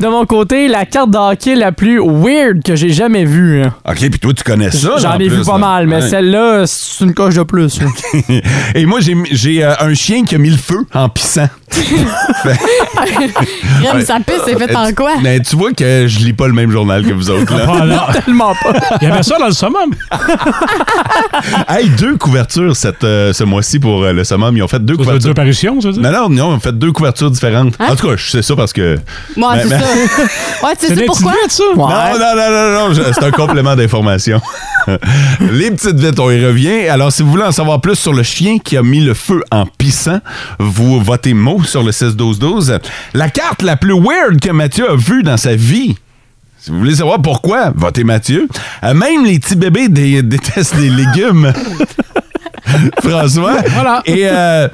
Speaker 4: De mon côté, la carte de hockey la plus weird que j'ai jamais vue. hein.
Speaker 3: OK, puis toi, tu connais ça. là,
Speaker 4: J'en
Speaker 3: en
Speaker 4: ai vu
Speaker 3: plus,
Speaker 4: pas
Speaker 3: là.
Speaker 4: mal, mais
Speaker 3: Ouais.
Speaker 4: celle-là, c'est une coche de plus. là.
Speaker 3: Et moi, j'ai- j'ai euh, un chien qui a mis le feu en pissant.
Speaker 5: Regarde,
Speaker 3: Ouais. Euh,
Speaker 5: sa pisse c'est fait en
Speaker 3: tu-
Speaker 5: quoi?
Speaker 3: Mais tu vois que je lis pas le même journal que vous autres. Là.
Speaker 6: Ah, non.
Speaker 4: Tellement pas.
Speaker 6: Il y avait ça dans le summum.
Speaker 3: hey, deux couvertures cette, euh, ce mois-ci pour euh, le summum. Ils ont fait deux
Speaker 6: Ça veut dire
Speaker 3: couvertures.
Speaker 6: parution, ça veut dire?
Speaker 3: Non, non, non, ils ont fait deux couvertures différentes.
Speaker 4: Hein?
Speaker 3: En tout cas, je sais ça parce que.
Speaker 5: Ouais,
Speaker 3: mais-
Speaker 5: c'est
Speaker 3: mais-
Speaker 5: ça. Ouais, tu
Speaker 6: C'est
Speaker 5: sais
Speaker 6: des
Speaker 5: pourquoi?
Speaker 6: petites vites, ça?
Speaker 3: Non, non, non, non, non, je- c'est un complément d'information. Les petites vites, on y revient. Alors, si vous voulez en savoir plus sur le chien qui a mis le feu en pissant, vous votez mot sur le 16-12-12. La carte la plus weird que Mathieu a vue dans sa vie. Si vous voulez savoir pourquoi, votez Mathieu. Euh, même les petits bébés dé- détestent les légumes. François.
Speaker 6: Voilà.
Speaker 3: Et euh,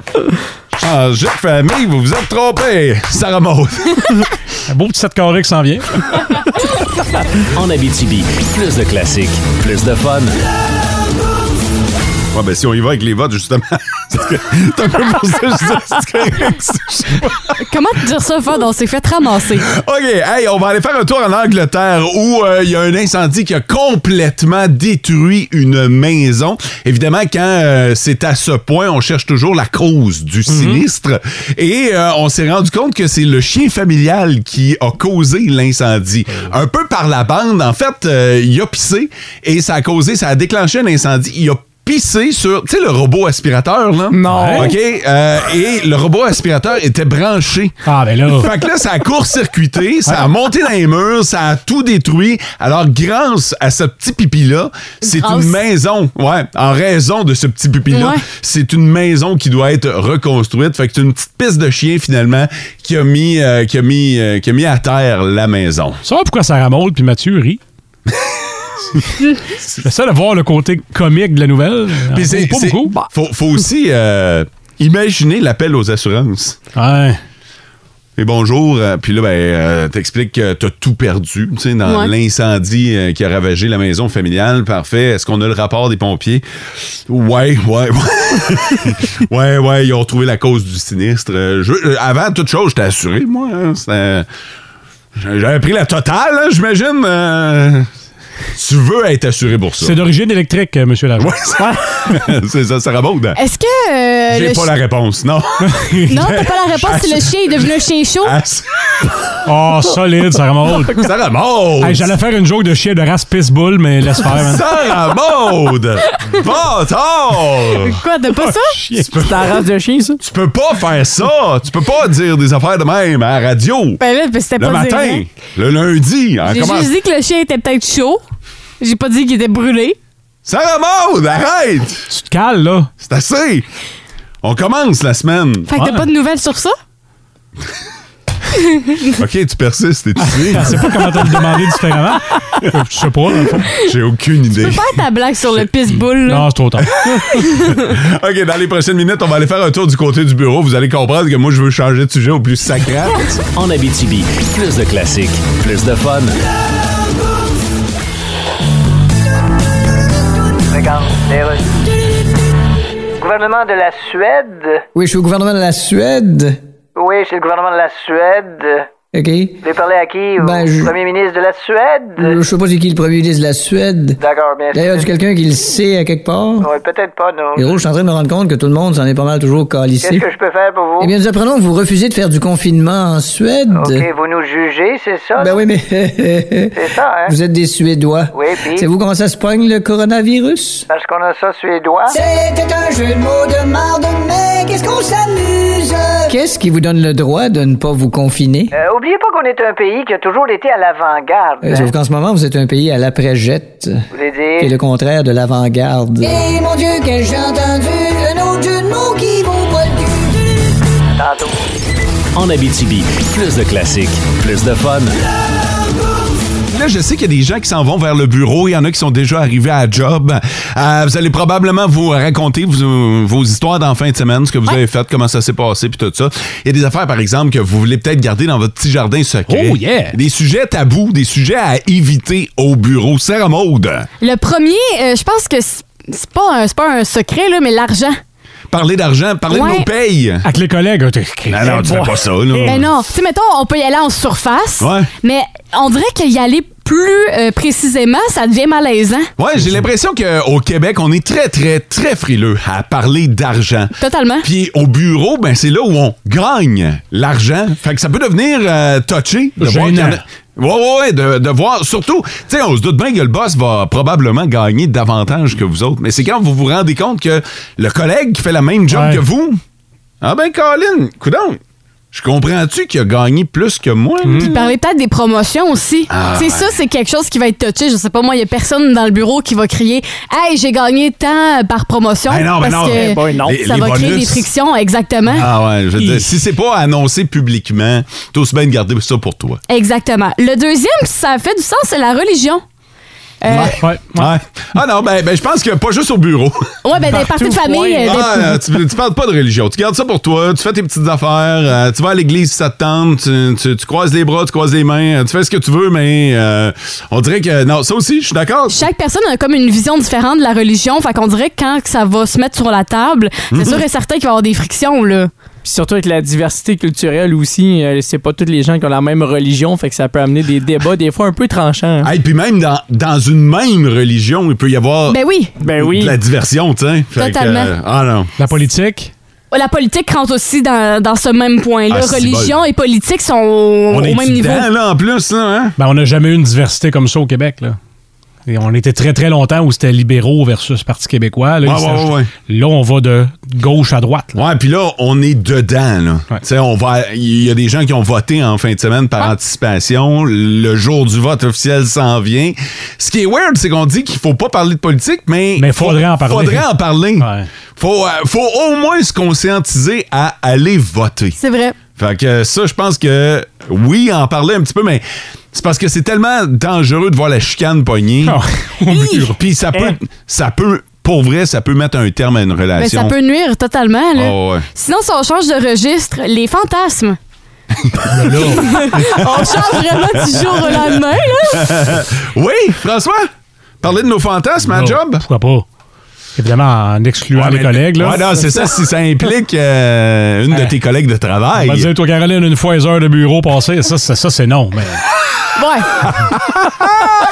Speaker 3: en jeu de famille, vous vous êtes trompé. Sarah Maud.
Speaker 6: Un beau petit 7 carrés qui s'en vient.
Speaker 2: En Abitibi, plus de classiques, plus de fun.
Speaker 3: Ouais, ben si on y va avec les votes, justement. c'est que- c'est un peu pour ça que je disais, c'est correct, c'est-
Speaker 5: Comment te dire ça, Fod? On s'est fait ramasser.
Speaker 3: OK, hey, on va aller faire un tour en Angleterre où euh, il y a un incendie qui a complètement détruit une maison. Évidemment, quand euh, c'est à ce point, on cherche toujours la cause
Speaker 6: Mhm.
Speaker 3: du sinistre. Et euh, on s'est rendu compte que c'est le chien familial qui a causé l'incendie.
Speaker 6: Oh.
Speaker 3: Un peu par la bande, en fait, euh, il a pissé et ça a causé, ça a déclenché un incendie. Il a pissé sur, tu sais, le robot aspirateur, là?
Speaker 4: Non.
Speaker 3: OK? euh, et le robot aspirateur était branché
Speaker 6: Ah, ben là.
Speaker 3: fait que là, ça a court-circuité, ça a monté dans les murs, ça a tout détruit. Alors, grâce à ce petit pipi-là, c'est
Speaker 5: Grâce.
Speaker 3: une maison. Ouais, en raison de ce petit pipi-là,
Speaker 5: Ouais.
Speaker 3: c'est une maison qui doit être reconstruite. Fait que c'est une petite piste de chien, finalement, qui a mis, euh, qui a mis, euh, qui a mis à terre la maison.
Speaker 6: Tu sais pourquoi Sarah Maud puis Mathieu rit? J'essaie de voir le côté comique de la nouvelle. Euh,
Speaker 3: Puis
Speaker 6: Pas
Speaker 3: c'est- c'est-
Speaker 6: beaucoup.
Speaker 3: Faut, faut aussi euh, imaginer l'appel aux assurances.
Speaker 6: Ouais.
Speaker 3: Et bonjour, euh, puis là, ben, euh, t'expliques que t'as tout perdu, tu sais, dans
Speaker 5: Ouais.
Speaker 3: l'incendie euh, qui a ravagé la maison familiale. Parfait. Est-ce qu'on a le rapport des pompiers? Ouais, ouais, ouais. ouais, ouais, ils ont trouvé la cause du sinistre. Euh, je- euh, avant toute chose, j'étais assuré, moi. hein, c'était- J'avais pris la totale, hein, j'imagine. euh, Tu veux être assuré pour ça.
Speaker 6: C'est d'origine électrique, euh, monsieur Lajoie.
Speaker 3: C'est ça, ça rabote. hein?
Speaker 5: Est-ce que. euh,
Speaker 3: J'ai
Speaker 5: le
Speaker 3: pas
Speaker 5: chi-
Speaker 3: la réponse, non.
Speaker 5: Non, t'as pas la réponse si le chien est devenu un chien chaud?
Speaker 3: Ah, ça
Speaker 6: Oh, solide, Sarah Maud.
Speaker 3: ça rabote.
Speaker 6: Hey, J'allais faire une joke de chien de race Pissbull, mais laisse faire, man.
Speaker 3: Sarah Maude! Pas tard!
Speaker 5: Quoi, t'as
Speaker 6: Oh,
Speaker 5: pas ça?
Speaker 6: Chien.
Speaker 4: C'est la race de chien, ça?
Speaker 3: Tu peux pas faire ça! Tu peux pas dire des affaires de même à la radio!
Speaker 5: Ben là, ben, c'était
Speaker 3: Le
Speaker 5: pas dire,
Speaker 3: matin!
Speaker 5: hein.
Speaker 3: Le lundi! hein, en
Speaker 5: J'ai
Speaker 3: commence-
Speaker 5: juste dit que le chien était peut-être chaud. J'ai pas dit qu'il était brûlé.
Speaker 3: Sarah Maude, arrête!
Speaker 6: Tu te cales, là.
Speaker 3: C'est assez! On commence la semaine!
Speaker 5: Fait que t'as
Speaker 6: Ouais.
Speaker 5: pas de nouvelles sur ça?
Speaker 3: Ok, tu persistes, t'es ici?
Speaker 6: Je sais pas comment t'as demandé différemment. Euh, Je sais pas. dans le fond.
Speaker 3: J'ai aucune idée.
Speaker 5: Peux faire ta blague sur le pisse-boule, là.
Speaker 6: Non, c'est trop tard.
Speaker 3: OK, dans les prochaines minutes, on va aller faire un tour du côté du bureau. Vous allez comprendre que moi, je veux changer de sujet au plus sacré.
Speaker 2: En Abitibi, plus de classiques, plus de fun.
Speaker 9: Gouvernement de la Suède.
Speaker 7: Oui, je suis au gouvernement de la Suède.
Speaker 9: Oui, c'est le gouvernement de la Suède.
Speaker 7: OK.
Speaker 9: Vous avez parlé à qui? Au
Speaker 7: Ben, je-
Speaker 9: premier ministre de la
Speaker 7: Je
Speaker 9: Suède?
Speaker 7: sais pas c'est qui le premier ministre de la Suède.
Speaker 9: D'accord, bien sûr.
Speaker 7: D'ailleurs, y a quelqu'un qui le sait à quelque part?
Speaker 9: Ouais, peut-être pas, non.
Speaker 7: Héros, je suis en train de me rendre compte que tout le monde s'en est pas mal toujours
Speaker 9: Qu'est-ce
Speaker 7: calissé.
Speaker 9: que je peux faire pour vous?
Speaker 7: Eh bien, nous apprenons que vous refusez de faire du confinement en Suède.
Speaker 9: OK, vous nous jugez, c'est ça?
Speaker 7: Ben oui, mais...
Speaker 9: C'est ça, hein?
Speaker 7: Vous êtes des Suédois.
Speaker 9: Oui, puis?
Speaker 7: C'est vous comment ça se pogne, le coronavirus?
Speaker 9: Parce qu'on a ça sur les doigts.
Speaker 7: C'était un jeu de mots de marde, mais qu'est-ce qu'on s'amuse! Qu'est-ce qui vous donne le droit de ne pas vous confiner?
Speaker 9: Euh, oubliez pas qu'on est un pays qui a toujours été à l'avant-garde.
Speaker 7: Euh,
Speaker 9: hein.
Speaker 7: sauf qu'en ce moment, vous êtes un pays à l'après-jette,
Speaker 9: Vous voulez
Speaker 7: qui est
Speaker 9: dire?
Speaker 7: le contraire de l'avant-garde. Eh mon Dieu, que j'ai entendu un autre jeu de mots qui vaut pas le
Speaker 9: Tantôt.
Speaker 2: En Abitibi, plus de classiques, plus de fun.
Speaker 3: Là, je sais qu'il y a des gens qui s'en vont vers le bureau. Il y en a qui sont déjà arrivés à job. Euh, vous allez probablement vous raconter vos, vos histoires d'en fin de semaine, ce que vous avez fait, comment ça s'est passé, puis tout ça. Il y a des affaires, par exemple, que vous voulez peut-être garder dans votre petit jardin secret.
Speaker 6: Oh, yeah!
Speaker 3: Des sujets tabous, des sujets à éviter au bureau. Sarah Maude,
Speaker 5: Le premier, euh, je pense que c'est c'est pas, un- c'est pas un secret, là, mais l'argent.
Speaker 6: Oh,
Speaker 3: parler d'argent, parler
Speaker 5: Ouais.
Speaker 3: de nos payes.
Speaker 6: Avec les collègues, euh, t'es- Eh,
Speaker 3: Non, non, tu fais pas ça, là.
Speaker 5: Ben non, tu sais, mettons, on peut y aller en surface,
Speaker 3: Ouais.
Speaker 5: mais on dirait qu'y aller plus euh, précisément, ça devient malaisant.
Speaker 3: Ouais, j'ai l'impression qu'au Québec, on est très, très, très frileux à parler d'argent.
Speaker 5: Totalement.
Speaker 3: Puis au bureau, ben c'est là où on gagne l'argent. Fait que ça peut devenir euh, touché. De voir
Speaker 6: Gênant.
Speaker 3: qu'il y en a- Ouais, ouais, ouais, de, de voir. Surtout, tu sais, on se doute bien que le boss va probablement gagner davantage que vous autres. Mais c'est quand vous vous rendez compte que le collègue qui fait la même job
Speaker 6: Ouais.
Speaker 3: que vous. Ah ben, Colin, coudon, je comprends-tu qu'il a gagné plus que moi? là?
Speaker 6: Hmm.
Speaker 5: Puis parler peut-être des promotions aussi.
Speaker 3: Ah,
Speaker 5: tu sais, ça, c'est quelque chose qui va être touché. Je sais pas, moi, il y a personne dans le bureau qui va crier Hey, j'ai gagné tant par promotion.
Speaker 3: Ben non, ben
Speaker 5: parce
Speaker 3: non.
Speaker 5: que
Speaker 3: Eh boy, non. Les-
Speaker 5: ça
Speaker 3: les
Speaker 5: va créer
Speaker 3: bonus.
Speaker 5: des frictions, exactement.
Speaker 3: Ah ouais, je veux dire, si c'est pas annoncé publiquement, t'as aussi bien de garder ça pour toi.
Speaker 5: Exactement. Le deuxième, ça fait du sens, c'est la religion. Euh,
Speaker 6: Ouais, ouais.
Speaker 3: Ouais. Ah non, ben, ben, je pense que pas juste au bureau.
Speaker 5: ouais, ben, des parties de famille.
Speaker 4: ouais.
Speaker 5: euh, des-
Speaker 3: Ah, euh, tu, tu parles pas de religion. Tu gardes ça pour toi, tu fais tes petites affaires, euh, tu vas à l'église si ça te tente, tu, tu- tu croises les bras, tu croises les mains, euh, tu fais ce que tu veux, mais euh, on dirait que. Non, ça aussi, je suis d'accord.
Speaker 5: chaque personne a comme une vision différente de la religion. Fait qu'on dirait que quand que ça va se mettre sur la table, c'est sûr et certain qu'il va y avoir des frictions, là.
Speaker 4: Puis surtout avec la diversité culturelle aussi, euh, c'est pas tous les gens qui ont la même religion, fait que ça peut amener des débats des fois un peu tranchants. hein.
Speaker 3: Et puis même dans, dans une même religion, il peut y avoir
Speaker 5: Ben oui.
Speaker 4: Ben
Speaker 3: Ah. de la diversion, tu sais. Fait que,
Speaker 5: Totalement.
Speaker 3: euh, ah non.
Speaker 6: La politique.
Speaker 5: La politique rentre aussi dans, dans ce même point-là.
Speaker 3: Ah, c'est
Speaker 5: religion et politique sont au,
Speaker 3: On
Speaker 5: au
Speaker 3: est
Speaker 5: même niveau.
Speaker 3: dedans, là, en plus, là, hein?
Speaker 6: Ben, on n'a jamais eu une diversité comme ça au Québec. Là. Et on était très, très longtemps où c'était libéraux versus Parti québécois.
Speaker 3: Ouais,
Speaker 6: Là, ils
Speaker 3: ouais,
Speaker 6: s'ajoutent-
Speaker 3: ouais,
Speaker 6: là, on va de gauche à droite. là.
Speaker 3: Ouais, puis là, on est dedans, là.
Speaker 6: Ouais. Ah.
Speaker 3: Tu sais, on va. Il y a des gens qui ont voté en fin de semaine par anticipation. Le jour du vote officiel s'en vient. Ce qui est weird, c'est qu'on dit qu'il faut pas parler de politique, mais.
Speaker 6: Mais faudrait en parler.
Speaker 3: Faudrait en parler.
Speaker 6: Ouais.
Speaker 3: Faut, euh, faut au moins se conscientiser à aller voter.
Speaker 5: C'est vrai.
Speaker 3: Fait que ça, je pense que oui, en parler un petit peu, mais c'est parce que c'est tellement dangereux de voir la chicane pognée.
Speaker 6: Ah, au bureau. Eh.
Speaker 3: Puis ça peut, ça peut, pour vrai, ça peut mettre un terme à une
Speaker 5: Mais
Speaker 3: relation.
Speaker 5: Ben, ça peut nuire totalement, là.
Speaker 3: Ah ouais.
Speaker 5: Sinon, si on change de registre, les fantasmes. on change vraiment du jour au lendemain, là.
Speaker 3: Oui, François, parler de nos fantasmes à
Speaker 6: Non,
Speaker 3: job.
Speaker 6: Pourquoi pas? Évidemment, en excluant les collègues. Là, Hein?
Speaker 3: Ouais, non, c'est ça, si ça implique euh, une de tes collègues de
Speaker 6: On va
Speaker 3: travail.
Speaker 6: dire, toi, Caroline, une fois les heures de bureau passées, ça, ça, ça, c'est non. Mais,
Speaker 5: Ouais.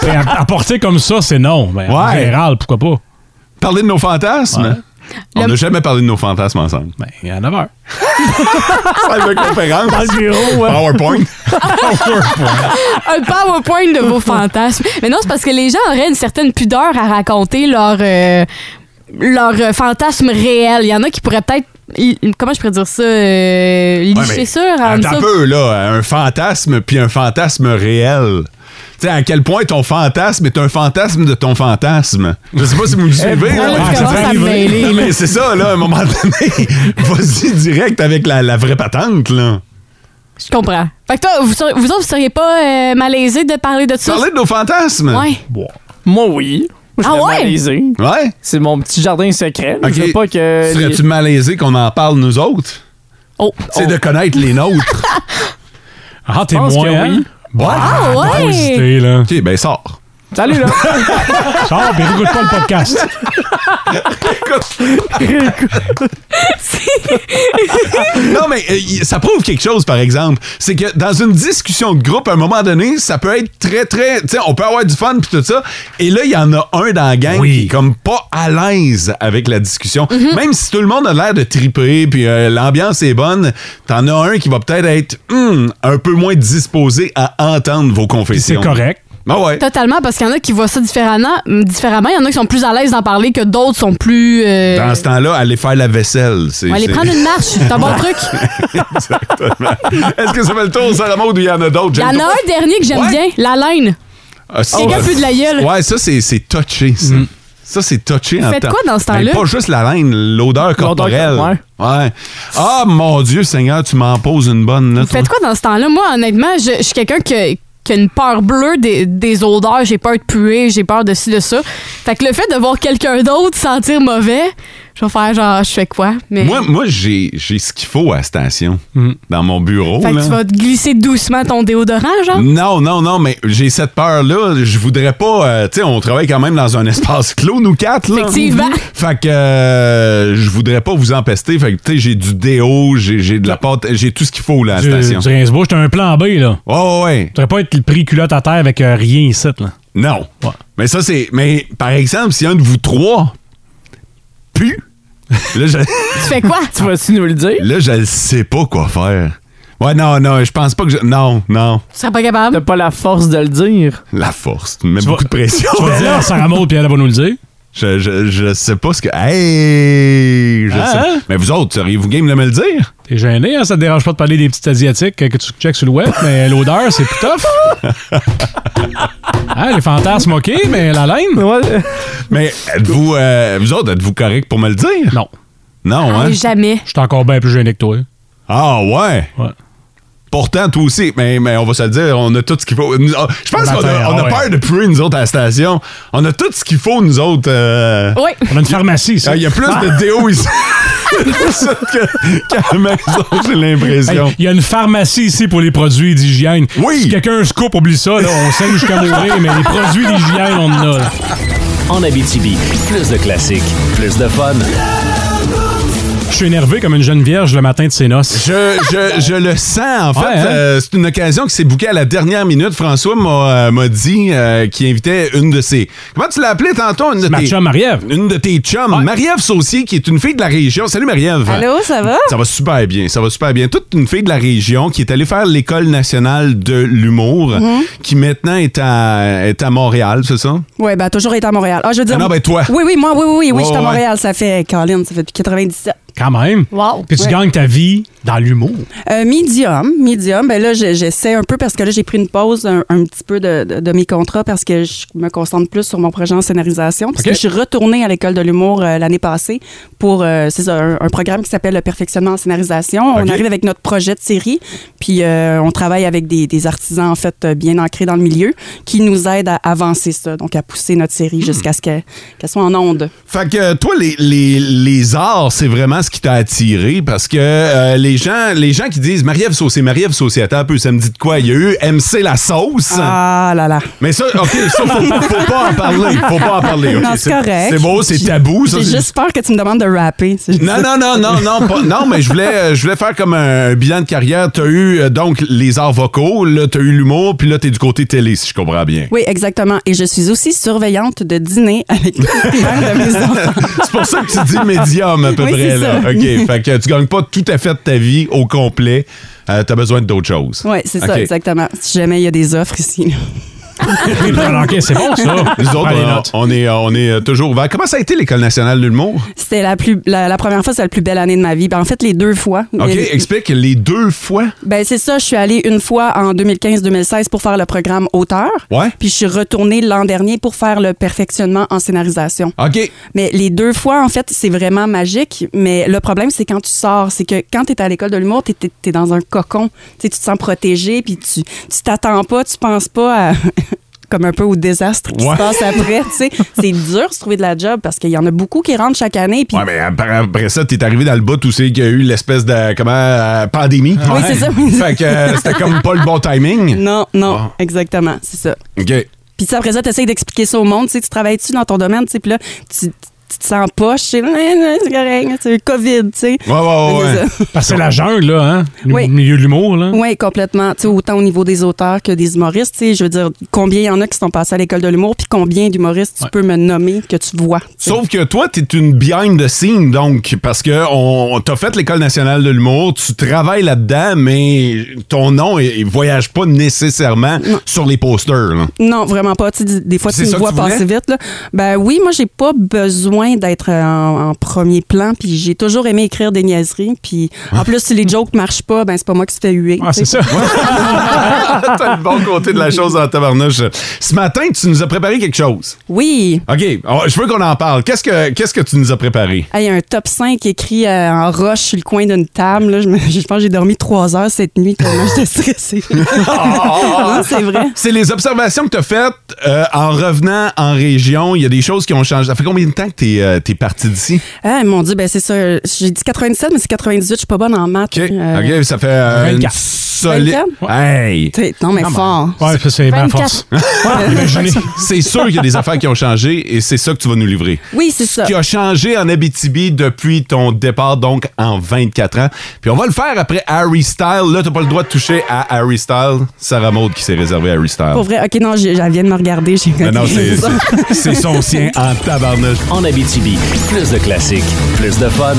Speaker 6: mais à, à porter comme ça, c'est non. Mais en
Speaker 3: Ouais.
Speaker 6: général, pourquoi pas?
Speaker 3: Parler de nos fantasmes. On
Speaker 5: Le-
Speaker 3: n'a jamais parlé de nos fantasmes ensemble.
Speaker 6: Ben, il y en a 9 heures.
Speaker 3: Salle de conférence.
Speaker 6: hein.
Speaker 3: PowerPoint.
Speaker 5: un PowerPoint de vos fantasmes. Mais non, c'est parce que les gens auraient une certaine pudeur à raconter leur, euh, leur euh, fantasme réel. Il y en a qui pourraient peut-être. li- Comment je pourrais dire ça? Euh,
Speaker 3: Ouais,
Speaker 5: licher
Speaker 3: mais
Speaker 5: ça, rendre
Speaker 3: Attends
Speaker 5: ça.
Speaker 3: un peu, là. Un fantasme, puis un fantasme réel. Tu sais, à quel point ton fantasme est un fantasme de ton fantasme. Je sais pas si vous
Speaker 5: Eh,
Speaker 3: me suivez.
Speaker 5: Là,
Speaker 3: là. Ah,
Speaker 5: tu
Speaker 6: ouais, ça
Speaker 5: commences
Speaker 6: devrait
Speaker 5: à me
Speaker 6: arriver.
Speaker 5: mêler.
Speaker 3: Non, mais c'est ça, là, à un moment donné, vas-y direct avec la, la vraie patente, là.
Speaker 5: Je comprends. Fait que toi, vous, ser- vous autres, vous seriez pas euh, malaisés de parler de ça?
Speaker 3: Parler de nos fantasmes.
Speaker 5: Ouais.
Speaker 4: Moi, oui.
Speaker 5: Ah
Speaker 4: Moi, je serais
Speaker 5: ouais?
Speaker 4: malaisé.
Speaker 3: Ouais.
Speaker 4: C'est mon petit jardin secret.
Speaker 3: Ok.
Speaker 4: Je veux pas que.
Speaker 3: Serais-tu malaisé qu'on en parle, nous autres?
Speaker 5: Oh.
Speaker 3: C'est de connaître les nôtres.
Speaker 6: Ah, t'es
Speaker 4: pense
Speaker 6: moins,
Speaker 4: que
Speaker 6: hein?
Speaker 4: oui.
Speaker 5: Ah
Speaker 6: Faut
Speaker 5: ouais!
Speaker 6: hésiter, là.
Speaker 3: OK, ben sors.
Speaker 4: Salut, là.
Speaker 6: Sors, puis écoute pas le podcast.
Speaker 3: Non, mais euh, y- ça prouve quelque chose, par exemple. C'est que dans une discussion de groupe, à un moment donné, ça peut être très, très. Tu sais, on peut avoir du fun puis tout ça. Et là, il y en a un dans la gang
Speaker 6: Oui.
Speaker 3: qui est comme pas à l'aise avec la discussion.
Speaker 5: Mm-hmm.
Speaker 3: Même si tout le monde a l'air de triper puis euh, l'ambiance est bonne, t'en as un qui va peut-être être hum, un peu moins disposé à entendre vos
Speaker 6: C'est
Speaker 3: confessions.
Speaker 6: correct.
Speaker 3: Ah ouais.
Speaker 5: Totalement, parce qu'il y en a qui voient ça différemment. mm, différemment. Il y en a qui sont plus à l'aise d'en parler que d'autres sont plus. euh,
Speaker 3: Dans ce temps-là, aller faire la vaisselle. c'est-
Speaker 5: on va aller
Speaker 3: c'est-
Speaker 5: prendre une marche, c'est un bon truc.
Speaker 3: Est-ce que ça fait le tour, Sarah Maud, ou il y en a d'autres?
Speaker 5: Il y en
Speaker 3: J'aime
Speaker 5: a un dernier que j'aime
Speaker 3: Ouais.
Speaker 5: bien, la laine.
Speaker 3: Ah, ça,
Speaker 5: Quelqu'un
Speaker 3: euh,
Speaker 5: peut de la gueule. Mm.
Speaker 3: Ouais, ça, c'est c'est touché, ça. Ça, c'est touché en
Speaker 5: Faites
Speaker 3: temps.
Speaker 5: quoi dans ce temps-là?
Speaker 3: Ben, pas juste la laine, l'odeur corporelle.
Speaker 4: ouais.
Speaker 3: ouais. Ah, mon Dieu, Seigneur, tu m'en poses une bonne, là,
Speaker 5: Vous
Speaker 3: toi.
Speaker 5: faites quoi dans ce temps-là? Moi, honnêtement, je, je suis quelqu'un qui, a- qui a une peur bleue des, des odeurs. J'ai peur de puer, j'ai peur de ci, de ça. Fait que le fait de voir quelqu'un d'autre sentir mauvais, je vais faire genre, je fais quoi? Mais,
Speaker 3: Moi, moi j'ai j'ai ce qu'il faut à la station. Dans mon bureau,
Speaker 5: fait que
Speaker 3: là.
Speaker 5: tu vas te glisser doucement ton déodorant, genre?
Speaker 3: Non, non, non, mais j'ai cette peur-là. Je voudrais pas. euh, tu sais, on travaille quand même dans un espace clos, nous quatre, là.
Speaker 5: Effectivement.
Speaker 3: Fait que euh, je voudrais pas vous empester. Fait que, tu sais, j'ai du déo, j'ai j'ai de la pâte, j'ai tout ce qu'il faut, là, à
Speaker 6: Du,
Speaker 3: la
Speaker 6: du
Speaker 3: station.
Speaker 6: Rinsbourg, t'as un plan B, là.
Speaker 3: Oh, ouais.
Speaker 6: Tu pas être pris culotte à terre avec euh, rien ici, là.
Speaker 3: Non.
Speaker 6: Ouais.
Speaker 3: Mais ça, c'est. Mais par exemple, si un de vous trois pue, là, je,
Speaker 5: Tu fais quoi?
Speaker 4: tu vas-tu nous le dire?
Speaker 3: là, je le sais pas quoi faire. Ouais, non, non, je pense pas que je. Non, non.
Speaker 5: Tu serais pas
Speaker 4: T'as
Speaker 5: capable?
Speaker 4: pas la force de le dire.
Speaker 3: La force. Tu me mets
Speaker 6: Tu
Speaker 3: beaucoup
Speaker 6: vas-
Speaker 3: de pression.
Speaker 6: Tu vas dire à Sarah Maud, puis elle va nous le dire.
Speaker 3: Je, je, je sais pas ce que. Hey! Je
Speaker 6: Ah,
Speaker 3: sais.
Speaker 6: hein?
Speaker 3: Mais vous autres, seriez-vous game de me le dire?
Speaker 6: T'es gêné, hein? Ça te dérange pas de parler des petites asiatiques euh, que tu checks sur le web, mais l'odeur, c'est plus tough. Ah, les fantasmes, OK, mais la laine?
Speaker 4: Ouais.
Speaker 3: Mais êtes-vous. euh, vous autres, êtes-vous correct pour me le dire?
Speaker 6: Non.
Speaker 3: Non, hein?
Speaker 6: Ah,
Speaker 5: Jamais.
Speaker 6: Je suis encore bien plus gêné que toi.
Speaker 3: Ah, ouais!
Speaker 6: Ouais.
Speaker 3: Pourtant, toi aussi, mais, mais on va se le dire, on a tout ce qu'il faut. Nous- ah, Je pense
Speaker 6: On
Speaker 3: qu'on a,
Speaker 6: attend,
Speaker 3: on a
Speaker 6: ah ouais.
Speaker 3: peur de puer, nous autres, à la station. On a tout ce qu'il faut, nous autres. euh,
Speaker 5: Oui.
Speaker 6: On a une pharmacie,
Speaker 3: euh,
Speaker 6: ça. Ah.
Speaker 3: Il y a plus de déo ici que- qu'à la maison, j'ai
Speaker 6: Hey,
Speaker 3: l'impression.
Speaker 6: Il y a une pharmacie ici pour les produits d'hygiène.
Speaker 3: Oui.
Speaker 6: Si quelqu'un se coupe, oublie ça, là, on saigne jusqu'à mourir, mais les produits d'hygiène, on en a. là.
Speaker 2: En Abitibi, plus de classiques, plus de fun.
Speaker 6: Je suis énervé comme une jeune vierge le matin de ses noces.
Speaker 3: Je, je, je le sens, en fait.
Speaker 6: Ouais, hein?
Speaker 3: Euh, c'est une occasion qui s'est bouquée à la dernière minute. François m'a, euh, m'a dit euh, qu'il invitait une de ses. Comment tu l'as appelée tantôt? Une de
Speaker 6: Ma
Speaker 3: tes-
Speaker 6: chum Marie-Ève.
Speaker 3: Une de tes chums, Marie-Ève Saucier, qui est une fille de la région. Salut Marie-Ève.
Speaker 10: Allô, ça va?
Speaker 3: Ça va super bien, ça va super bien. Toute une fille de la région qui est allée faire l'école nationale de l'humour,
Speaker 10: Mhm. Mm-hmm.
Speaker 3: qui maintenant est à, est à Montréal, c'est ça?
Speaker 10: Oui, ben toujours été à Montréal. Ah, je veux dire.
Speaker 3: Ah non, ben, toi.
Speaker 10: Oui, oui, moi, oui, oui, oui, oui,
Speaker 3: Ouais,
Speaker 10: je suis à
Speaker 3: ouais.
Speaker 10: Montréal. Ça fait, Caroline, ça fait depuis 97.
Speaker 6: Quand même.
Speaker 5: Wow.
Speaker 6: Puis tu
Speaker 10: Ouais.
Speaker 6: gagnes ta vie dans l'humour.
Speaker 10: Euh, medium, medium. Ben là, je- j'essaie un peu parce que là, j'ai pris une pause un, un petit peu de, de- de mes contrats parce que je me concentre plus sur mon projet en scénarisation. Parce
Speaker 6: Ok.
Speaker 10: que je suis retournée à l'école de l'humour euh, l'année passée pour euh, c'est ça, un, un programme qui s'appelle le perfectionnement en scénarisation.
Speaker 3: Ok.
Speaker 10: On arrive avec notre projet de série, puis euh, on travaille avec des, des artisans en fait euh, bien ancrés dans le milieu qui nous aident à avancer ça, donc à pousser notre série jusqu'à ce que- qu'elle soit en onde.
Speaker 3: Fait que euh, toi, les, les, les arts, c'est vraiment ce qui t'a attiré parce que euh, les, gens, les gens qui disent Marie-Ève Saucier, Marie-Ève Saucier, attends un peu, ça me dit de quoi? Il y a eu MC La Sauce.
Speaker 10: Ah là là.
Speaker 3: Mais ça, OK, ça, faut, faut pas en parler. Faut pas en parler. ok,
Speaker 10: Non, c'est correct.
Speaker 3: C'est beau, c'est
Speaker 10: J'ai-
Speaker 3: tabou. Ça,
Speaker 10: J'ai
Speaker 3: c'est-
Speaker 10: juste peur que tu me demandes de rapper. C'est juste
Speaker 3: Non,
Speaker 10: ça.
Speaker 3: non, non, non, non, pas- non, mais je voulais, euh, je voulais faire comme un, bilan de carrière. T'as eu, euh, donc, les arts vocaux, là, t'as eu l'humour, puis là, t'es du côté télé, si je comprends bien.
Speaker 10: Oui, exactement. Et je suis aussi surveillante de dîner avec les parents de mes enfants.
Speaker 3: C'est pour ça que tu dis médium, à peu
Speaker 10: Oui,
Speaker 3: près,
Speaker 10: c'est
Speaker 3: là.
Speaker 10: ça.
Speaker 3: OK, fait que tu gagnes pas tout à fait ta vie au complet. Euh, t'as besoin d'autres choses.
Speaker 10: Oui, c'est
Speaker 3: OK.
Speaker 10: ça, exactement. Si jamais il y a des offres ici. là.
Speaker 6: Alors, OK, c'est bon, ça.
Speaker 3: Nous autres,
Speaker 6: Allez,
Speaker 3: on,
Speaker 6: notes.
Speaker 3: on est, euh, on est euh, toujours ouverts. Comment ça a été l'École nationale de l'humour?
Speaker 10: C'était la plus la, la première fois, c'était la plus belle année de ma vie. Ben, en fait, les deux fois.
Speaker 3: OK,
Speaker 10: Les-
Speaker 3: explique les deux fois.
Speaker 10: Ben, c'est ça, je suis allée une fois en 2015-2016 pour faire le programme auteur.
Speaker 3: Ouais.
Speaker 10: Puis je suis retournée l'an dernier pour faire le perfectionnement en scénarisation.
Speaker 3: OK.
Speaker 10: Mais les deux fois, en fait, c'est vraiment magique. Mais le problème, c'est quand tu sors. C'est que quand tu es à l'école de l'humour, tu es, dans un cocon. Tu sais, tu te sens protégé, puis tu tu t'attends pas, tu penses pas à. comme un peu au désastre qui
Speaker 3: Ouais.
Speaker 10: se passe après, tu sais. C'est dur de trouver de la job parce qu'il y en a beaucoup qui rentrent chaque année. Puis
Speaker 3: Ouais, mais après, après ça, t'es arrivé dans le bout où c'est qu'il y a eu l'espèce de comment euh, pandémie.
Speaker 10: Oui, c'est ça, oui.
Speaker 3: Fait que euh, c'était comme pas le bon timing.
Speaker 10: Non, non,
Speaker 3: Bon.
Speaker 10: exactement, c'est ça.
Speaker 3: OK.
Speaker 10: Puis tu sais, après ça, tu d'expliquer ça au monde, tu sais, tu travailles-tu dans ton domaine, tu sais, puis là, tu, tu te sens poche, tu sais, Ouais, ouais, c'est correct, c'est le COVID, tu sais.
Speaker 3: Ouais, ouais,
Speaker 10: C'est
Speaker 3: ouais. ouais.
Speaker 10: ça.
Speaker 6: Parce que c'est la jungle, là, hein? Le
Speaker 10: Oui.
Speaker 6: milieu de l'humour, là.
Speaker 10: Oui, complètement. Tu sais, autant au niveau des auteurs que des humoristes. tu sais, Je veux dire, combien il y en a qui sont passés à l'école de l'humour, puis combien d'humoristes tu peux me nommer que tu vois. tu sais.
Speaker 3: Sauf que toi, t'es une behind the scene, donc, parce que on, t'as fait l'École nationale de l'humour, tu travailles là-dedans, mais ton nom, il, il voyage pas nécessairement sur les posters. là.
Speaker 10: Non, vraiment pas. Tu sais, des- des fois, tu
Speaker 3: C'est ça
Speaker 10: me
Speaker 3: que
Speaker 10: vois
Speaker 3: tu voulais?
Speaker 10: passer vite. Là. Ben oui, moi, j'ai pas besoin d'être en, en premier plan, puis j'ai toujours aimé écrire des niaiseries. Puis en plus, si les jokes marchent pas, ben c'est pas moi qui se fais huer.
Speaker 6: Ah,
Speaker 10: tu sais.
Speaker 6: c'est ça.
Speaker 10: Ah.
Speaker 3: T'as le bon côté de la chose en tabarnouche. Ce matin, tu nous as préparé quelque chose.
Speaker 10: Oui.
Speaker 3: OK, on- je veux qu'on en parle. Qu'est-ce que, qu'est-ce que tu nous as préparé?
Speaker 10: Ah, Il y a un top 5 écrit euh, en roche sur le coin d'une table. là. Je, me- je pense que j'ai dormi trois heures cette nuit tellement j'étais stressée. Non, c'est vrai.
Speaker 3: C'est les observations que tu as faites euh, en revenant en région. Il y a des choses qui ont changé. Ça fait combien de temps que tu es, parti d'ici?
Speaker 10: Ah, mon Dieu, ben c'est ça. J'ai dit 97, mais c'est 98. Je suis pas bonne en maths.
Speaker 3: OK.
Speaker 10: Euh,
Speaker 3: OK, ça fait euh, une
Speaker 6: 24.
Speaker 3: solide.
Speaker 10: 24?
Speaker 3: Hey!
Speaker 10: t'sais, Non, mais fort.
Speaker 6: Ah, Ouais, ça, c'est bien
Speaker 5: 24.
Speaker 6: force. Imaginez.
Speaker 3: C'est sûr qu'il y a des affaires qui ont changé et c'est ça que tu vas nous livrer.
Speaker 10: Oui, c'est ça.
Speaker 3: Qui a changé en Abitibi depuis ton départ, donc en 24 ans. Puis on va le faire après Harry Style. Là, t'as pas le droit de toucher à Harry Style. Sarah Maud qui s'est réservée à Harry Style.
Speaker 10: Pour vrai, ok, non, j'ai- elle vient de me regarder. J'ai
Speaker 3: Non, non, c'est- c'est- c'est son sien en tabarnouche.
Speaker 2: En Abitibi, plus de classiques, plus de fun.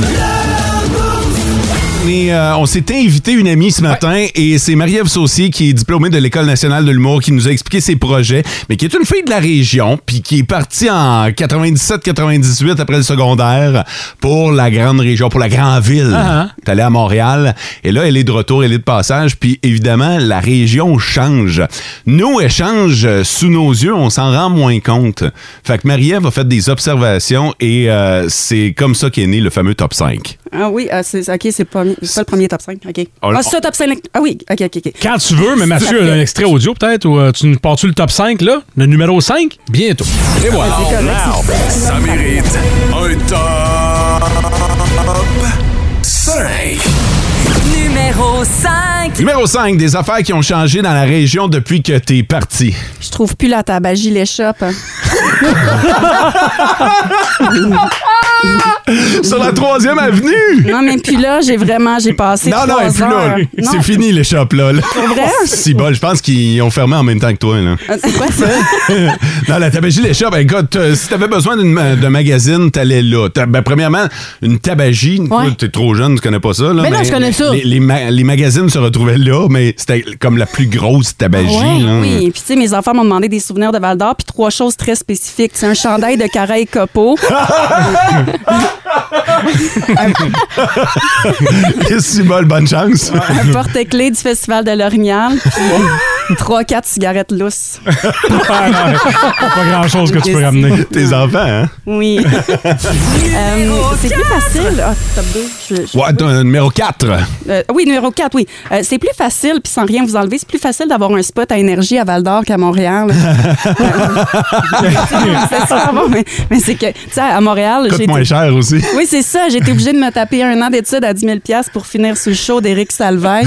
Speaker 3: Et, euh, on s'était invité une amie ce matin et c'est Marie-Ève Saucier qui est diplômée de l'École nationale de l'humour qui nous a expliqué ses projets, mais qui est une fille de la région puis qui est partie en 97-98 après le secondaire pour la grande région, pour la grande ville.
Speaker 6: Ah, ah.
Speaker 3: Elle est allée à Montréal et là, elle est de retour, elle est de passage puis évidemment, la région change. Nous, elle change euh, sous nos yeux, on s'en rend moins compte. Fait que Marie-Ève a fait des observations et euh, c'est comme ça qu'est né le fameux top 5.
Speaker 10: Ah oui, ah, c'est, OK, c'est pas, mi- c'est pas le premier top 5. OK.
Speaker 6: On-
Speaker 10: Ah, c'est ça, top 5. Ah oui, OK, OK, OK.
Speaker 6: Quand tu veux, mais Mathieu, un extrait audio peut-être, ou euh, tu nous pars-tu le top 5, là? Le numéro 5? Bientôt. Et voilà.
Speaker 11: Ça mérite un top 5.
Speaker 12: Numéro 5.
Speaker 3: Numéro 5, des affaires qui ont changé dans la région depuis que t'es parti.
Speaker 10: Je trouve plus la table à gilet shop.
Speaker 3: Sur la troisième avenue!
Speaker 10: Non, mais puis là, j'ai vraiment, j'ai passé
Speaker 3: Non, non,
Speaker 10: trois
Speaker 3: elle est plus
Speaker 10: heures.
Speaker 3: là.
Speaker 10: Non.
Speaker 3: C'est fini, les shops, là. là.
Speaker 10: C'est vrai?
Speaker 3: Si bol, je pense qu'ils ont fermé en même temps que toi, là.
Speaker 10: Ah, C'est quoi ça?
Speaker 3: non, la tabagie Les Shops, écoute, euh, si t'avais besoin d'une ma- d'un magazine, t'allais là. T'as- ben, premièrement, une tabagie, toi,
Speaker 5: Ouais.
Speaker 3: t'es trop jeune, tu connais pas ça. Là,
Speaker 5: Mais non, je connais ça.
Speaker 3: Les, les ma- les magazines se retrouvaient là, mais c'était comme la plus grosse tabagie.
Speaker 10: Ouais,
Speaker 3: là.
Speaker 10: Oui, puis tu sais, mes enfants m'ont demandé des souvenirs de Val d'Or, puis trois choses très spécifiques. C'est un chandail de Caray Copo.
Speaker 3: Et si bol, bonne chance.
Speaker 10: un porte-clés du Festival de l'Orignal, puis trois, quatre cigarettes lousses.
Speaker 6: pas grand-chose que tu peux ramener.
Speaker 3: Tes enfants, hein?
Speaker 10: Oui. Euh, c'est plus facile. Ah, top 2.
Speaker 3: Ouais, t'as un numéro 4.
Speaker 10: Euh, oui, numéro 4, oui. Euh, c'est plus facile, puis sans rien vous enlever, c'est plus facile d'avoir un spot à énergie à Val d'Or qu'à Montréal. c'est super bon, mais, mais c'est que, tu sais, à Montréal,
Speaker 3: Coûte
Speaker 10: j'ai
Speaker 3: moins
Speaker 10: été-
Speaker 3: cher aussi.
Speaker 10: Oui, c'est ça. J'ai été obligée de me taper un an d'études à 10 000 pour finir sur le show d'Éric Salveille.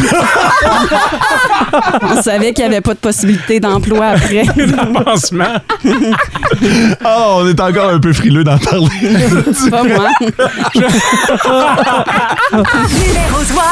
Speaker 10: On savait qu'il n'y avait pas de possibilité d'emploi après.
Speaker 6: D'avancement.
Speaker 3: Oh, on est encore un peu frileux d'en parler.
Speaker 10: Pas moi.
Speaker 12: Numéro 3.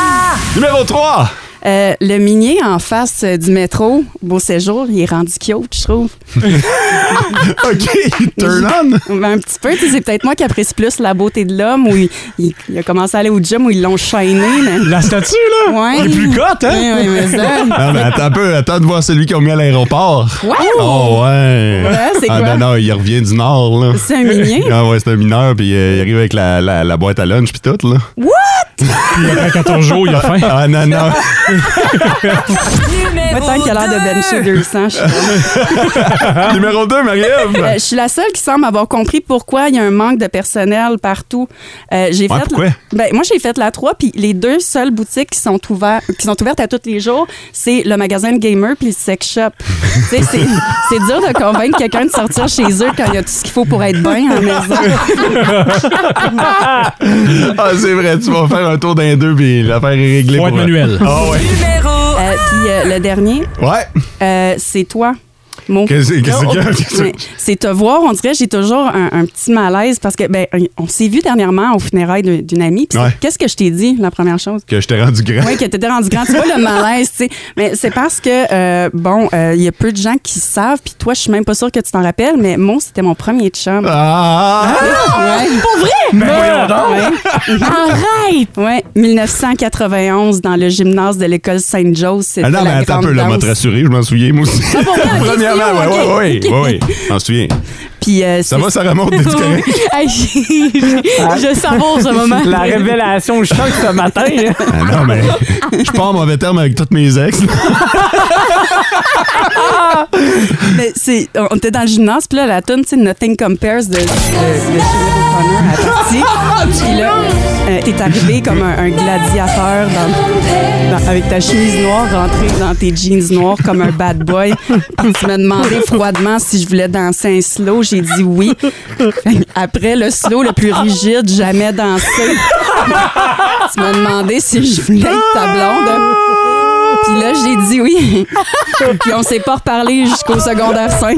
Speaker 3: Numéro 3.
Speaker 10: Euh, le minier en face euh, du métro, beau séjour, il est rendu cute, je trouve.
Speaker 3: OK, turn
Speaker 10: on! Ben, un petit peu, tu sais, c'est peut-être moi qui apprécie plus la beauté de l'homme où il, il- il a commencé à aller au gym où ils l'ont chaîné. mais-
Speaker 6: La statue, là?
Speaker 10: Ouais.
Speaker 6: Elle est plus cote, hein?
Speaker 10: Oui, oui, mais ça.
Speaker 3: Non, Ah, mais attends un peu, attends de voir celui qui a mis à l'aéroport.
Speaker 10: Wow!
Speaker 3: Oh, ouais!
Speaker 10: Ouais, c'est
Speaker 3: Ah,
Speaker 10: quoi?
Speaker 3: non, non, il revient du Nord, là.
Speaker 10: C'est un minier?
Speaker 3: Ah, ouais, c'est un mineur, puis euh, il arrive avec la, la, la boîte à lunch, puis tout, là.
Speaker 6: Puis après 14 jours, il a faim.
Speaker 3: Ah, non, non.
Speaker 10: Moi, tant qu'il a l'air de bencher 200, je suis
Speaker 3: Numéro 2, Marie-Ève.
Speaker 10: Euh, je suis la seule qui semble avoir compris pourquoi il y a un manque de personnel partout. Euh, j'ai
Speaker 3: Ouais,
Speaker 10: fait
Speaker 3: pourquoi?
Speaker 10: ben, moi j'ai fait la 3 puis les deux seules boutiques qui sont ouvertes qui sont ouvertes à tous les jours, c'est le magasin de gamer puis le sex shop. Tu sais, c'est c'est dur de convaincre quelqu'un de sortir chez eux quand il y a tout ce qu'il faut pour être bien à la maison.
Speaker 3: Ah, c'est vrai, tu vas faire un tour d'un deux, puis l'affaire est réglée.
Speaker 6: Faut
Speaker 3: pour
Speaker 6: être
Speaker 3: elle.
Speaker 6: manuel.
Speaker 3: Ah, ouais.
Speaker 10: Euh, puis euh, le dernier,
Speaker 3: Ouais.
Speaker 10: euh, c'est toi. Mon
Speaker 3: Qu'est-ce que- qu'est-ce que-
Speaker 10: Non,
Speaker 3: qu'est-ce que-
Speaker 10: mais c'est te voir, on dirait, j'ai toujours un, un petit malaise parce que, ben, on s'est vu dernièrement au funérailles de- d'une amie. puis c'est-
Speaker 3: Ouais.
Speaker 10: Qu'est-ce que je t'ai dit, la première chose?
Speaker 3: Que je t'ai rendu grand.
Speaker 10: Oui, que t'étais rendu grand. Tu vois le malaise, tu sais. Mais c'est parce que, euh, bon, euh, il y a peu de gens qui savent, puis toi, je suis même pas sûre que tu t'en rappelles, mais Mo, c'était mon premier chum.
Speaker 3: Ah!
Speaker 10: Ouais.
Speaker 6: Ben, voyons donc.
Speaker 5: Arrête!
Speaker 10: Ouais, 1991, dans le gymnase de l'école Saint-Joe.
Speaker 3: Ah
Speaker 10: c'était
Speaker 3: non, mais
Speaker 10: la
Speaker 3: attends un
Speaker 10: grande
Speaker 3: peu, là, m'a
Speaker 10: danse. Ah,
Speaker 3: rassuré, je m'en souviens, moi aussi. Premièrement, ouais, ouais, ouais, ouais, ouais, je m'en souviens.
Speaker 10: Puis, euh,
Speaker 3: Ça
Speaker 10: c'est-
Speaker 3: va, ça remonte, t'es correct?
Speaker 5: Hey, j'ai- je savoure ce moment.
Speaker 4: Ah. La révélation choc ce matin.
Speaker 6: hein.
Speaker 4: là.
Speaker 3: Ah non, mais je pars en mauvais terme avec toutes mes ex.
Speaker 10: Mais c'est, on était dans le gymnase, puis là, la tune, tu sais, Nothing Compares de, de, de Sinead O'Connor à partie. Puis là, euh, t'es arrivé comme un, un gladiateur dans- dans- avec ta chemise noire, rentré dans tes jeans noirs comme un bad boy. Puis tu m'as demandé froidement si je voulais danser un slow. J'ai dit oui. Après, le slow le plus rigide jamais dansé. tu m'as demandé si je voulais être ta blonde. Puis là, j'ai dit oui. Puis on s'est pas reparlé jusqu'au secondaire 5.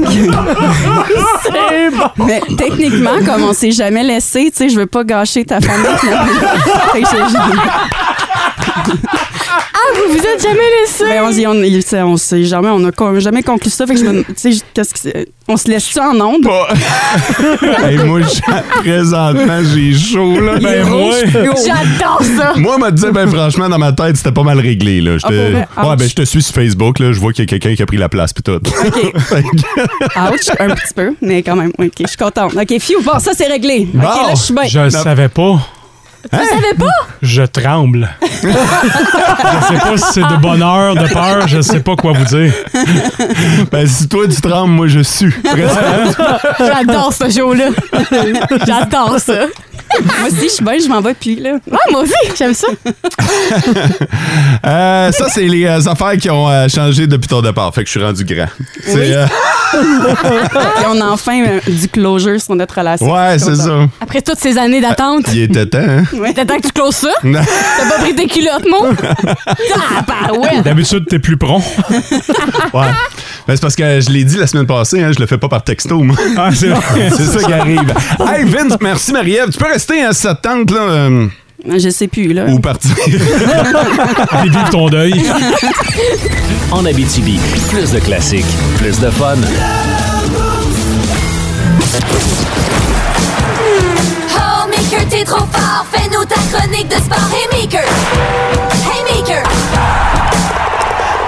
Speaker 10: Mais techniquement, comme on s'est jamais laissé, tu sais, je veux pas gâcher ta famille. Fait que j'ai-
Speaker 5: Ah, Vous vous êtes jamais laissé.
Speaker 10: ben, on, s'y- on, il- c'est- on s'est jamais, on a con- jamais conclu ça. Fait que je me, tu sais, je- qu'est-ce que c'est? on se laisse ça en ondes.
Speaker 3: Hey, moi, je- présentement, j'ai chaud, là.
Speaker 6: Ben, moi.
Speaker 5: J'adore ça.
Speaker 3: Moi, m'a dit, ben franchement, dans ma tête, c'était pas mal réglé. Là.
Speaker 10: Ah, pour
Speaker 3: J'étais-
Speaker 10: vrai?
Speaker 3: ouais,
Speaker 10: Ouch.
Speaker 3: ben je te suis sur Facebook, là. Je vois qu'il y a quelqu'un qui a pris la place pis tout.
Speaker 10: OK. Ah, Ouch, un petit peu, mais quand même. OK, je suis contente. OK, fiou, bon, ça, c'est réglé. OK, là, je suis bien.
Speaker 6: Je le savais pas.
Speaker 5: Tu savais pas?
Speaker 6: Je tremble. je sais pas si c'est
Speaker 10: Ah.
Speaker 6: de bonheur, de peur, je sais pas quoi vous dire.
Speaker 3: ben si toi tu trembles, moi je suis.
Speaker 5: J'adore ce show-là. J'adore ça.
Speaker 10: moi aussi, je suis bonne, je m'en vais puis là. Ah,
Speaker 5: Ouais, moi aussi, j'aime ça.
Speaker 3: Euh, ça, c'est les euh, affaires qui ont euh, changé depuis ton départ. Fait que je suis rendu grand. C'est,
Speaker 10: Oui.
Speaker 3: euh,
Speaker 10: Puis on a enfin euh, du closure sur notre relation.
Speaker 3: Ouais, c'est ça.
Speaker 5: Après toutes ces années d'attente.
Speaker 3: Il était temps, hein?
Speaker 5: Ouais. T'attends que tu closes ça?
Speaker 3: Non.
Speaker 5: T'as pas pris tes culottes, mon? ah, bah ouais!
Speaker 3: D'habitude, t'es plus prompt. ouais. Ben, c'est parce que je l'ai dit la semaine passée, hein, je le fais pas par texto, moi.
Speaker 6: Ah, c'est vrai.
Speaker 3: c'est ça qui arrive. Hey, Vince, merci Marie-Ève. Tu peux rester, hein, si ça te tente, là. euh,
Speaker 10: Je sais plus, là.
Speaker 3: Ou partir.
Speaker 6: Puis vivre ton deuil.
Speaker 2: En Abitibi, plus de classiques, plus de fun.
Speaker 12: Oh, Maker, t'es trop fort. Fais-nous ta chronique de sport. Hey, Maker. Hey, Maker.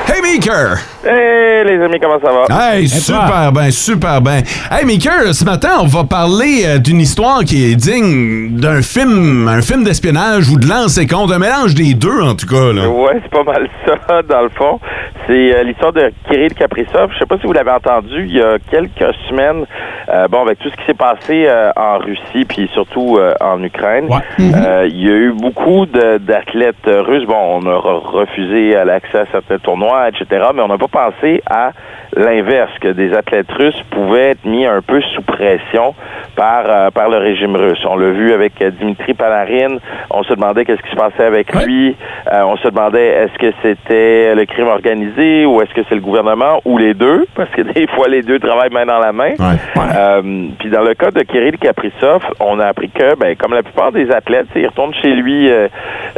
Speaker 3: Hey, Maker!
Speaker 13: Hey les amis, comment ça va?
Speaker 3: Hey, super bien, super bien. Hey, Maker, ce matin, on va parler euh, d'une histoire qui est digne d'un film, un film d'espionnage ou de lance et compte, un mélange des deux, en tout cas, là.
Speaker 13: Ouais, c'est pas mal ça, dans le fond. C'est euh, l'histoire de Kirill Kaprizov. Je sais pas si vous l'avez entendu il y a quelques semaines. Euh, bon, avec tout ce qui s'est passé euh, en Russie, puis surtout euh, en Ukraine, euh, il y a eu beaucoup de- d'athlètes euh, russes. Bon, on a re- refusé à l'accès à certains tournois, etc., mais on n'a pas pensé à l'inverse, que des athlètes russes pouvaient être mis un peu sous pression par, euh, par le régime russe. On l'a vu avec euh, Dimitri Panarin, on se demandait qu'est-ce qui se passait avec lui, Euh, on se demandait est-ce que c'était le crime organisé ou est-ce que c'est le gouvernement ou les deux, parce que des fois les deux travaillent main dans la main. Euh, Puis dans le cas de Kirill Kaprizov, on a appris que, ben, comme la plupart des athlètes, il retourne chez lui euh,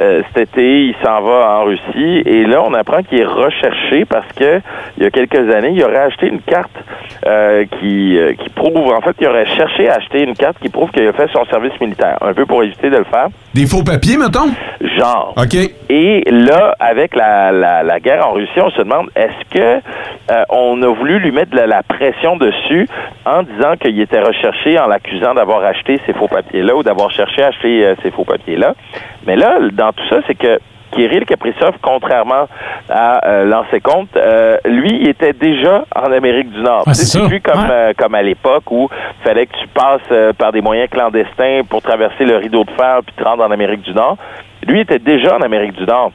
Speaker 13: euh, cet été, il s'en va en Russie, et là on apprend qu'il est recherché parce que il y a quelques années, il aurait acheté une carte euh, qui, euh, qui prouve, en fait, il aurait cherché à acheter une carte qui prouve qu'il a fait son service militaire, un peu pour éviter de le faire.
Speaker 3: Des faux papiers, mettons?
Speaker 13: Genre.
Speaker 3: OK.
Speaker 13: Et là, avec la, la, la guerre en Russie, on se demande est-ce que euh, on a voulu lui mettre de la, la pression dessus en disant qu'il était recherché, en l'accusant d'avoir acheté ces faux papiers-là ou d'avoir cherché à acheter euh, ces faux papiers-là. Mais là, dans tout ça, c'est que Kirill Kaprizov, contrairement à euh, l'ancien compte, euh, lui, il était déjà en Amérique du Nord.
Speaker 6: Ah,
Speaker 13: Tu sais, c'est
Speaker 6: c'est ça.
Speaker 13: plus comme,
Speaker 6: Ouais.
Speaker 13: euh, comme à l'époque où fallait que tu passes euh, par des moyens clandestins pour traverser le rideau de fer puis te rendre en Amérique du Nord. Lui était déjà en Amérique du Nord.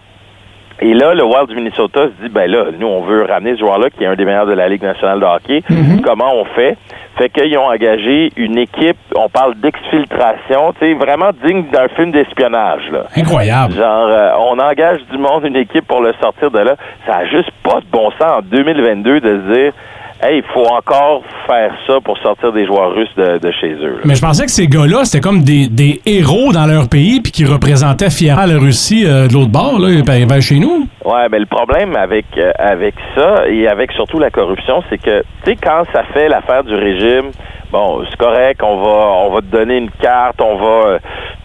Speaker 13: Et là, le Wild du Minnesota se dit, ben là, nous, on veut ramener ce joueur-là, qui est un des meilleurs de la Ligue nationale de hockey.
Speaker 6: Mhm.
Speaker 13: Comment on fait? Fait qu'ils ont engagé une équipe, on parle d'exfiltration, tu sais, vraiment digne d'un film d'espionnage, là.
Speaker 6: Incroyable.
Speaker 13: Genre, euh, on engage du monde, une équipe pour le sortir de là. Ça a juste pas de bon sens en 2022 de se dire, hey, il faut encore faire ça pour sortir des joueurs russes de, de chez eux, là.
Speaker 6: Mais je pensais que ces gars-là, c'était comme des, des héros dans leur pays, puis qui représentaient fièrement la Russie euh, de l'autre bord, là, ben, ben, chez nous.
Speaker 13: Ouais, mais le problème avec euh, avec ça et avec surtout la corruption, c'est que tu sais quand ça fait l'affaire du régime, bon, c'est correct, on va on va te donner une carte, on va euh,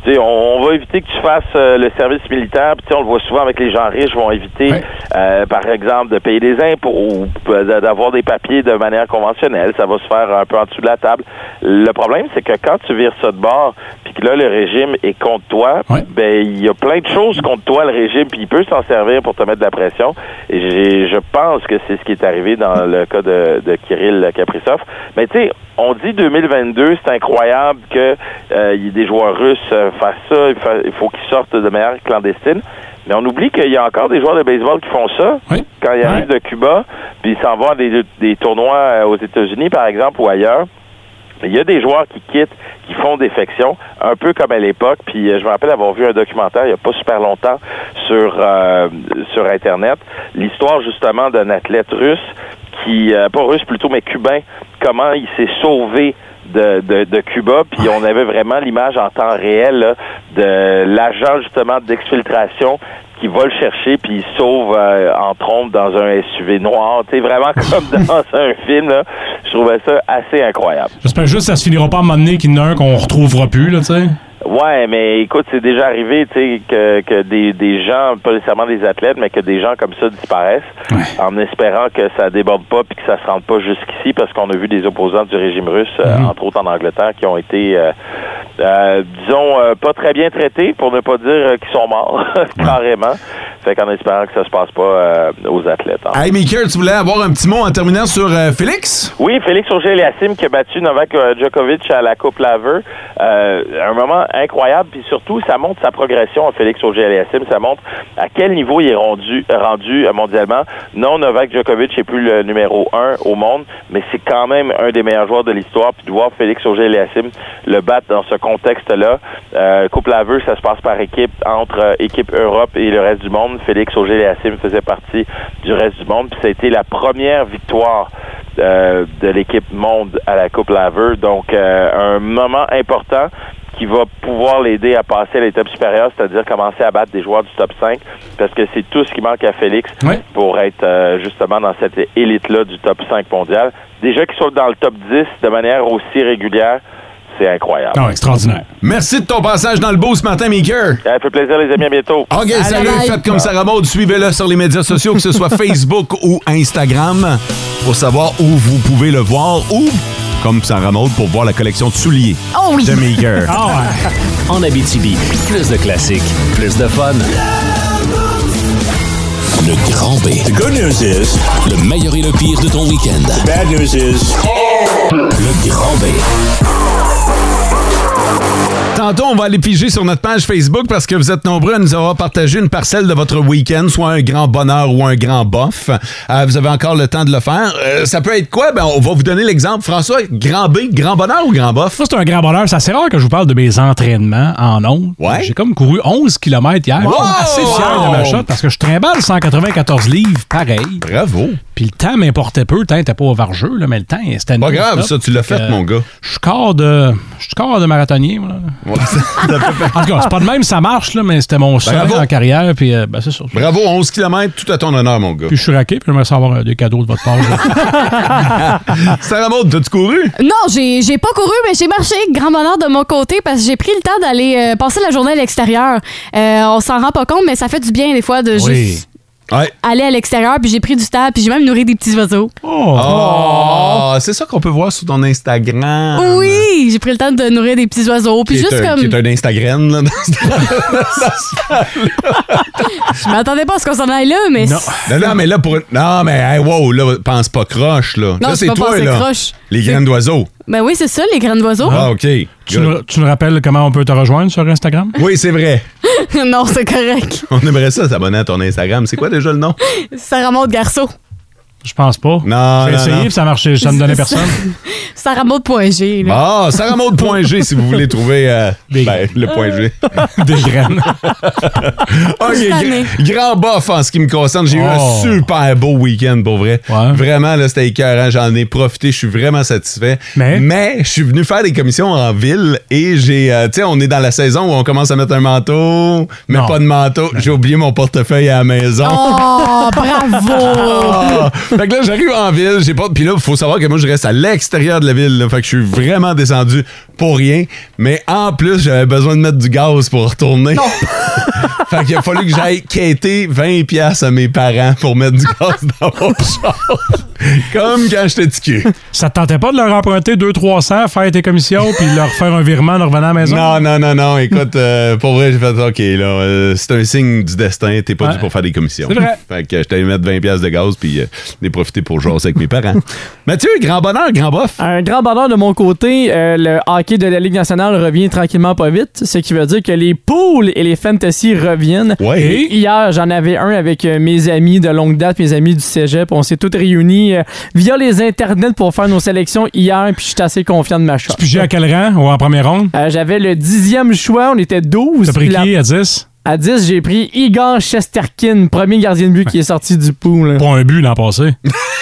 Speaker 13: tu sais on, on va éviter que tu fasses euh, le service militaire, puis tu sais on le voit souvent avec les gens riches vont éviter euh, par exemple de payer des impôts ou euh, d'avoir des papiers de manière conventionnelle, ça va se faire un peu en dessous de la table. Le problème c'est que quand tu vires ça de bord, puis que là le régime est contre toi, ben il y a plein de choses contre toi le régime, puis il peut s'en servir pour te mettre de la pression. Et j'ai- je pense que c'est ce qui est arrivé dans le cas de, de Kirill Kaprizov. Mais tu sais, on dit 2022, c'est incroyable que euh, il y ait des joueurs russes euh, fassent ça, il, fa- il faut qu'ils sortent de manière clandestine. Mais on oublie qu'il y a encore des joueurs de baseball qui font ça quand ils arrivent de Cuba, puis ils s'en vont à des, des tournois euh, aux États-Unis, par exemple, ou ailleurs. Il y a des joueurs qui quittent, qui font défection, un peu comme à l'époque. Puis euh, je me rappelle avoir vu un documentaire il n'y a pas super longtemps sur, euh, sur Internet, l'histoire justement d'un athlète russe qui, euh, pas russe plutôt, mais cubain, comment il s'est sauvé de, de, de Cuba, puis on avait vraiment l'image en temps réel là, de l'agent justement d'exfiltration qui va le chercher puis il sauve euh, en trompe dans un SUV noir, tu sais vraiment comme dans un film là. Je trouvais ça assez incroyable.
Speaker 6: J'espère juste que ça se finira pas à m'amener qu'il y en a un qu'on retrouvera plus, là, tu sais.
Speaker 13: Ouais, mais écoute, c'est déjà arrivé, tu sais, que, que des, des gens, pas nécessairement des athlètes, mais que des gens comme ça disparaissent, en espérant que ça déborde pas puis que ça se
Speaker 3: Mhm.
Speaker 13: rende pas jusqu'ici, parce qu'on a vu des opposants du régime russe, euh, entre autres en Angleterre, qui ont été euh, euh, disons, euh, pas très bien traités, pour ne pas dire euh, qu'ils sont morts, carrément. Fait qu'en espérant que ça se passe pas euh, aux athlètes. en
Speaker 3: Hey, Maker, tu voulais avoir un petit mot en terminant sur euh, Félix?
Speaker 13: Oui, Félix Auger-Aliassime qui a battu Novak euh, Djokovic à la Coupe Laver. Euh, un moment incroyable, puis surtout, ça montre sa progression à Félix Auger-Aliassime. Ça montre à quel niveau il est rendu, rendu euh, mondialement. Non, Novak Djokovic n'est plus le numéro un au monde, mais c'est quand même un des meilleurs joueurs de l'histoire. Puis de voir Félix Auger-Aliassime le battre dans ce contexte-là. Euh, Coupe Laver, ça se passe par équipe entre euh, équipe Europe et le reste du monde. Félix Auger-Aliassime faisait partie du reste du monde. Puis ça a été la première victoire euh, de l'équipe monde à la Coupe Laver. Donc, euh, un moment important qui va pouvoir l'aider à passer à l'étape supérieure, c'est-à-dire commencer à battre des joueurs du top 5, parce que c'est tout ce qui manque à Félix pour être euh, justement dans cette élite-là du top 5 mondial. Déjà qu'il soit dans le top 10 de manière aussi régulière, c'est incroyable.
Speaker 3: extraordinaire. Merci de ton passage dans le beau ce matin, Maker.
Speaker 13: Ça fait plaisir, les amis, à bientôt.
Speaker 3: OK, salut. Faites comme Sarah Maud. Suivez-le sur les médias sociaux, que ce soit Facebook ou Instagram, pour savoir où vous pouvez le voir ou, comme Sarah Maud, pour voir la collection de souliers
Speaker 2: Oh oui.
Speaker 3: de Maker.
Speaker 2: En Abitibi, plus de classiques, plus de fun. Le grand B. The good news is... Le meilleur et le pire de ton week-end. bad news is... Le grand B.
Speaker 3: Tantôt, on va aller piger sur notre page Facebook parce que vous êtes nombreux à nous avoir partagé une parcelle de votre week-end, soit un grand bonheur ou un grand bof. Euh, vous avez encore le temps de le faire. Euh, ça peut être quoi? Ben, on va vous donner l'exemple. François, grand B, grand bonheur ou grand bof?
Speaker 6: Ça, c'est un grand bonheur. C'est assez rare que je vous parle de mes entraînements en ondes. J'ai comme couru 11 km hier.
Speaker 3: Wow!
Speaker 6: assez fier de ma shot parce que je trimballe 194 livres, pareil.
Speaker 3: Bravo!
Speaker 6: Puis le temps m'importait peu. Le temps n'était pas au vargeux, là, mais le temps, c'était...
Speaker 3: Pas
Speaker 6: non-stop.
Speaker 3: grave, ça, tu l'as fait,
Speaker 6: Euh,
Speaker 3: mon gars.
Speaker 6: Je suis corps de, je suis corps de marathonnier, moi. là. En tout cas, c'est pas de même, ça marche, là, mais c'était mon seul
Speaker 3: Bravo.
Speaker 6: en carrière, puis euh, ben, c'est ça.
Speaker 3: Bravo, 11 km, tout à ton honneur, mon gars.
Speaker 6: Puis je suis raqué, puis j'aimerais savoir euh, des cadeaux de votre part.
Speaker 3: Sarah Maud, t'as-tu couru?
Speaker 5: Non, j'ai j'ai pas couru, mais j'ai marché grand bonheur de mon côté parce que j'ai pris le temps d'aller euh, passer la journée à l'extérieur. Euh, on s'en rend pas compte, mais ça fait du bien des fois de juste
Speaker 3: Ouais.
Speaker 5: aller à l'extérieur, puis j'ai pris du temps, puis j'ai même nourri des petits oiseaux.
Speaker 6: Oh.
Speaker 3: Oh, c'est ça qu'on peut voir sur ton Instagram.
Speaker 5: Oui, j'ai pris le temps de nourrir des petits oiseaux, puis
Speaker 3: Qui est
Speaker 5: juste
Speaker 3: un-
Speaker 5: comme...
Speaker 3: Qui est un Instagram, là.
Speaker 5: Je m'attendais pas à ce qu'on s'en aille là, mais...
Speaker 3: Non. non, non, mais là, pour. Non, mais hey, wow, là, pense pas croche, là.
Speaker 5: Non,
Speaker 3: là,
Speaker 5: c'est pas penser croche. Oh.
Speaker 3: Les graines d'oiseaux.
Speaker 5: Ben oui, c'est ça, les graines d'oiseaux.
Speaker 3: Ah, OK.
Speaker 6: Tu nous, tu nous rappelles comment on peut te rejoindre sur Instagram?
Speaker 3: Oui, c'est vrai.
Speaker 5: non, c'est correct.
Speaker 3: On aimerait ça s'abonner à ton Instagram. C'est quoi déjà le nom?
Speaker 5: Sarah Maud Garceau.
Speaker 6: Je pense pas.
Speaker 3: Non,
Speaker 6: J'ai
Speaker 3: non,
Speaker 6: essayé,
Speaker 3: non.
Speaker 6: puis ça marchait, ça me donnait personne.
Speaker 5: Sarah Maud.g. là.
Speaker 3: Ah, sarahmaud.g si vous voulez trouver euh, ben, le point G.
Speaker 6: Des graines.
Speaker 3: OK,
Speaker 5: année.
Speaker 3: gr- grand bof en ce qui me concerne. J'ai eu un
Speaker 6: Oh.
Speaker 3: super beau week-end, pour vrai. Vraiment, là, c'était écœurant. J'en ai profité. Je suis vraiment satisfait. Mais? je suis venu faire des commissions en ville et j'ai... euh, tu sais, on est dans la saison où on commence à mettre un manteau, mais pas de manteau. J'ai oublié mon portefeuille à la maison.
Speaker 4: Ah,
Speaker 5: Oh, bravo!
Speaker 3: Ah! fait que là, j'arrive en ville, j'ai pas. Puis là, faut savoir que moi, je reste à l'extérieur de la ville. là. Fait que je suis vraiment descendu pour rien. Mais en plus, j'avais besoin de mettre du gaz pour retourner. fait qu'il a fallu que j'aille quêter 20$ piastres à mes parents pour mettre du gaz dans mon char. Comme quand j'étais petit cul.
Speaker 6: Ça te tentait pas de leur emprunter 200-300, faire tes commissions, puis leur faire un virement en revenant à la maison?
Speaker 3: Non, non, non, non. Écoute, euh, pour vrai, j'ai fait OK, là, euh, c'est un signe du destin. T'es pas dû pour faire des commissions.
Speaker 6: C'est vrai.
Speaker 3: Fait que je t'allais mettre 20$ piastres de gaz, puis euh, j'ai profité pour jaser avec mes parents. Mathieu, grand bonheur, grand bof.
Speaker 4: Un grand bonheur de mon côté, euh, le hockey de la Ligue nationale revient tranquillement pas vite, ce qui veut dire que les poules et les fantasy reviennent. Et Hier, j'en avais un avec euh, mes amis de longue date, mes amis du cégep. On s'est tous réunis euh, via les internets pour faire nos sélections hier, puis je suis assez confiant de ma chance.
Speaker 6: Puis j'ai à quel rang ou en première ronde?
Speaker 4: Euh, J'avais le dixième choix, on était 12.
Speaker 6: T'as pris
Speaker 4: puis la-
Speaker 6: qui à 10?
Speaker 4: À 10, j'ai pris Igor Chesterkin, premier gardien de but qui est sorti du pool.
Speaker 6: Pas un but l'an passé.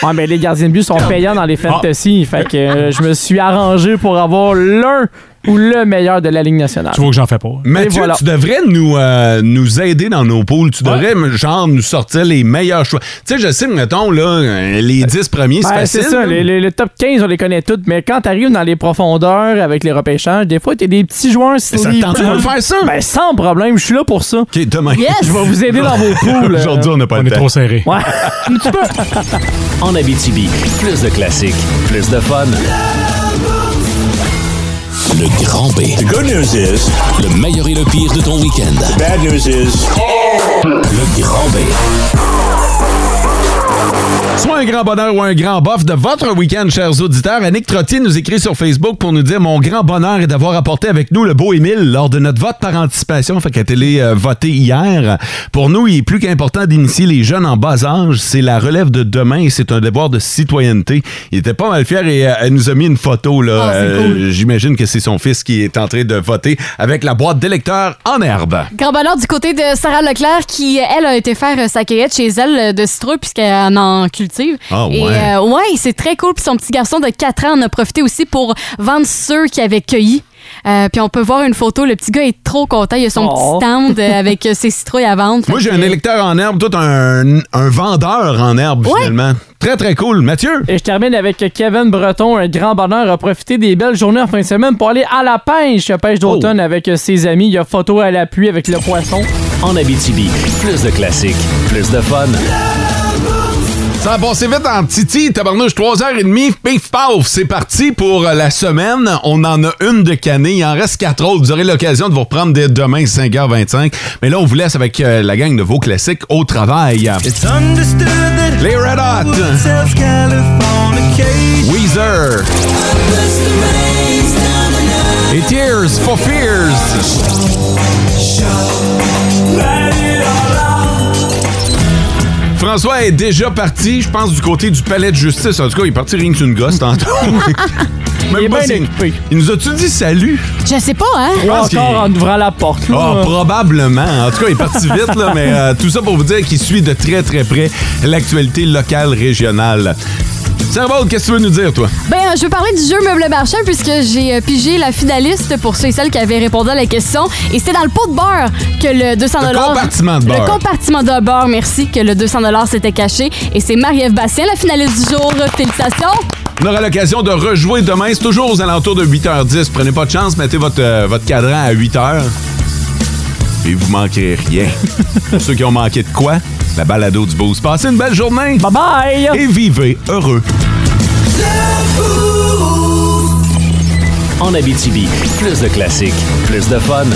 Speaker 6: Ah.
Speaker 4: Ouais, mais les gardiens de but sont payants dans les fantasy. Fait que euh, je me suis arrangé pour avoir l'un ou le meilleur de la Ligue nationale.
Speaker 6: Tu vois que j'en fais pas.
Speaker 3: Mathieu,
Speaker 4: Et voilà.
Speaker 3: tu devrais nous, euh, nous aider dans nos poules. Tu devrais, genre, nous sortir les meilleurs choix. Tu sais, je sais, mettons, là, euh, les 10 premiers, c'est
Speaker 4: Ben,
Speaker 3: facile.
Speaker 4: c'est ça,
Speaker 3: là.
Speaker 4: les- les- le top 15, on les connaît toutes, mais quand t'arrives dans les profondeurs avec les repêchages, des fois, t'es des petits joueurs sur
Speaker 3: ça te
Speaker 4: les
Speaker 3: tente-tu de
Speaker 4: plans.
Speaker 3: le faire, ça?
Speaker 4: Ben, sans problème, je suis là pour ça.
Speaker 3: OK, demain.
Speaker 4: Yes! Je vais vous aider dans vos poules. euh.
Speaker 3: Aujourd'hui, on n'a pas le temps.
Speaker 6: serré.
Speaker 4: Ouais. Un petit peu.
Speaker 2: En Abitibi, plus de classiques, plus de fun. Le grand B. The good news is. Le meilleur et le pire de ton week-end. bad news is. Le grand B.
Speaker 3: Soit un grand bonheur ou un grand bof de votre week-end, chers auditeurs, Annick Trottier nous écrit sur Facebook pour nous dire Mon grand bonheur est d'avoir apporté avec nous le beau Émile lors de notre vote par anticipation, fait qu'elle est allée euh, voter hier. Pour nous, il est plus qu'important d'initier les jeunes en bas âge. C'est la relève de demain et c'est un devoir de citoyenneté. Il était pas mal fier et euh, elle nous a mis une photo. là. Euh, J'imagine que c'est son fils qui est en train de voter avec la boîte d'électeurs en herbe.
Speaker 5: Grand bonheur du côté de Sarah Leclerc qui, elle, a été faire euh, sa cueillette chez elle euh, de citrouille puisqu'elle en cultive.
Speaker 3: Ah,
Speaker 5: Et
Speaker 3: ouais.
Speaker 5: euh, ouais, c'est très cool. Puis son petit garçon de 4 ans en a profité aussi pour vendre ceux qu'il avait cueillis. Euh, puis on peut voir une photo, le petit gars est trop content, il a son
Speaker 3: Oh.
Speaker 5: petit stand euh, avec euh, ses citrouilles à vendre.
Speaker 3: Moi, j'ai un électeur en herbe, toi, t'as un, un vendeur en herbe, finalement. Très, très cool. Mathieu?
Speaker 4: Et je termine avec Kevin Breton, un grand bonheur, a profité des belles journées en fin de semaine pour aller à la pêche, pêche d'automne
Speaker 3: Oh.
Speaker 4: avec euh, ses amis. Il y a photo à l'appui avec le poisson.
Speaker 2: En Abitibi, plus de classiques, plus de fun.
Speaker 3: Ça a passé vite en titi, tabarnouche, 3h30, pif paf, c'est parti pour euh, la semaine. On en a une de canée, il en reste quatre autres. Vous aurez l'occasion de vous reprendre dès demain, 5h25. Mais là, on vous laisse avec euh, la gang de vos classiques au travail. Les Red Hot, Weezer et Tears for Fears. François est déjà parti, je pense, du côté du palais de justice. En tout cas, il est parti rien qu'une gosse tantôt. Même pas si- Il nous a-tu dit salut?
Speaker 5: Je sais pas, hein?
Speaker 3: Je pense qu'il-
Speaker 4: Ah, ouvrant la porte.
Speaker 3: Ah, probablement. En tout cas, il est parti vite, là, mais euh, tout ça pour vous dire qu'il suit de très, très près l'actualité locale, régionale. Serval, qu'est-ce que tu veux nous dire, toi?
Speaker 5: Ben, euh, je veux parler du jeu Meuble Marchand puisque j'ai euh, pigé la finaliste pour ceux et celles qui avaient répondu à la question. Et c'était dans le pot de beurre que le 200
Speaker 3: Le compartiment de beurre.
Speaker 5: Le compartiment de beurre, merci, que le 200 s'était caché. Et c'est Marie-Ève Bastien, la finaliste du jour. Félicitations!
Speaker 3: On aura l'occasion de rejouer demain. C'est toujours aux alentours de 8h10. Prenez pas de chance, mettez votre, euh, votre cadran à 8h. Et vous manquerez rien. Pour ceux qui ont manqué de quoi, la balado du boost. Passez une belle journée.
Speaker 4: Bye bye.
Speaker 3: Et vivez heureux.
Speaker 2: En Abitibi, plus de classiques, plus de fun.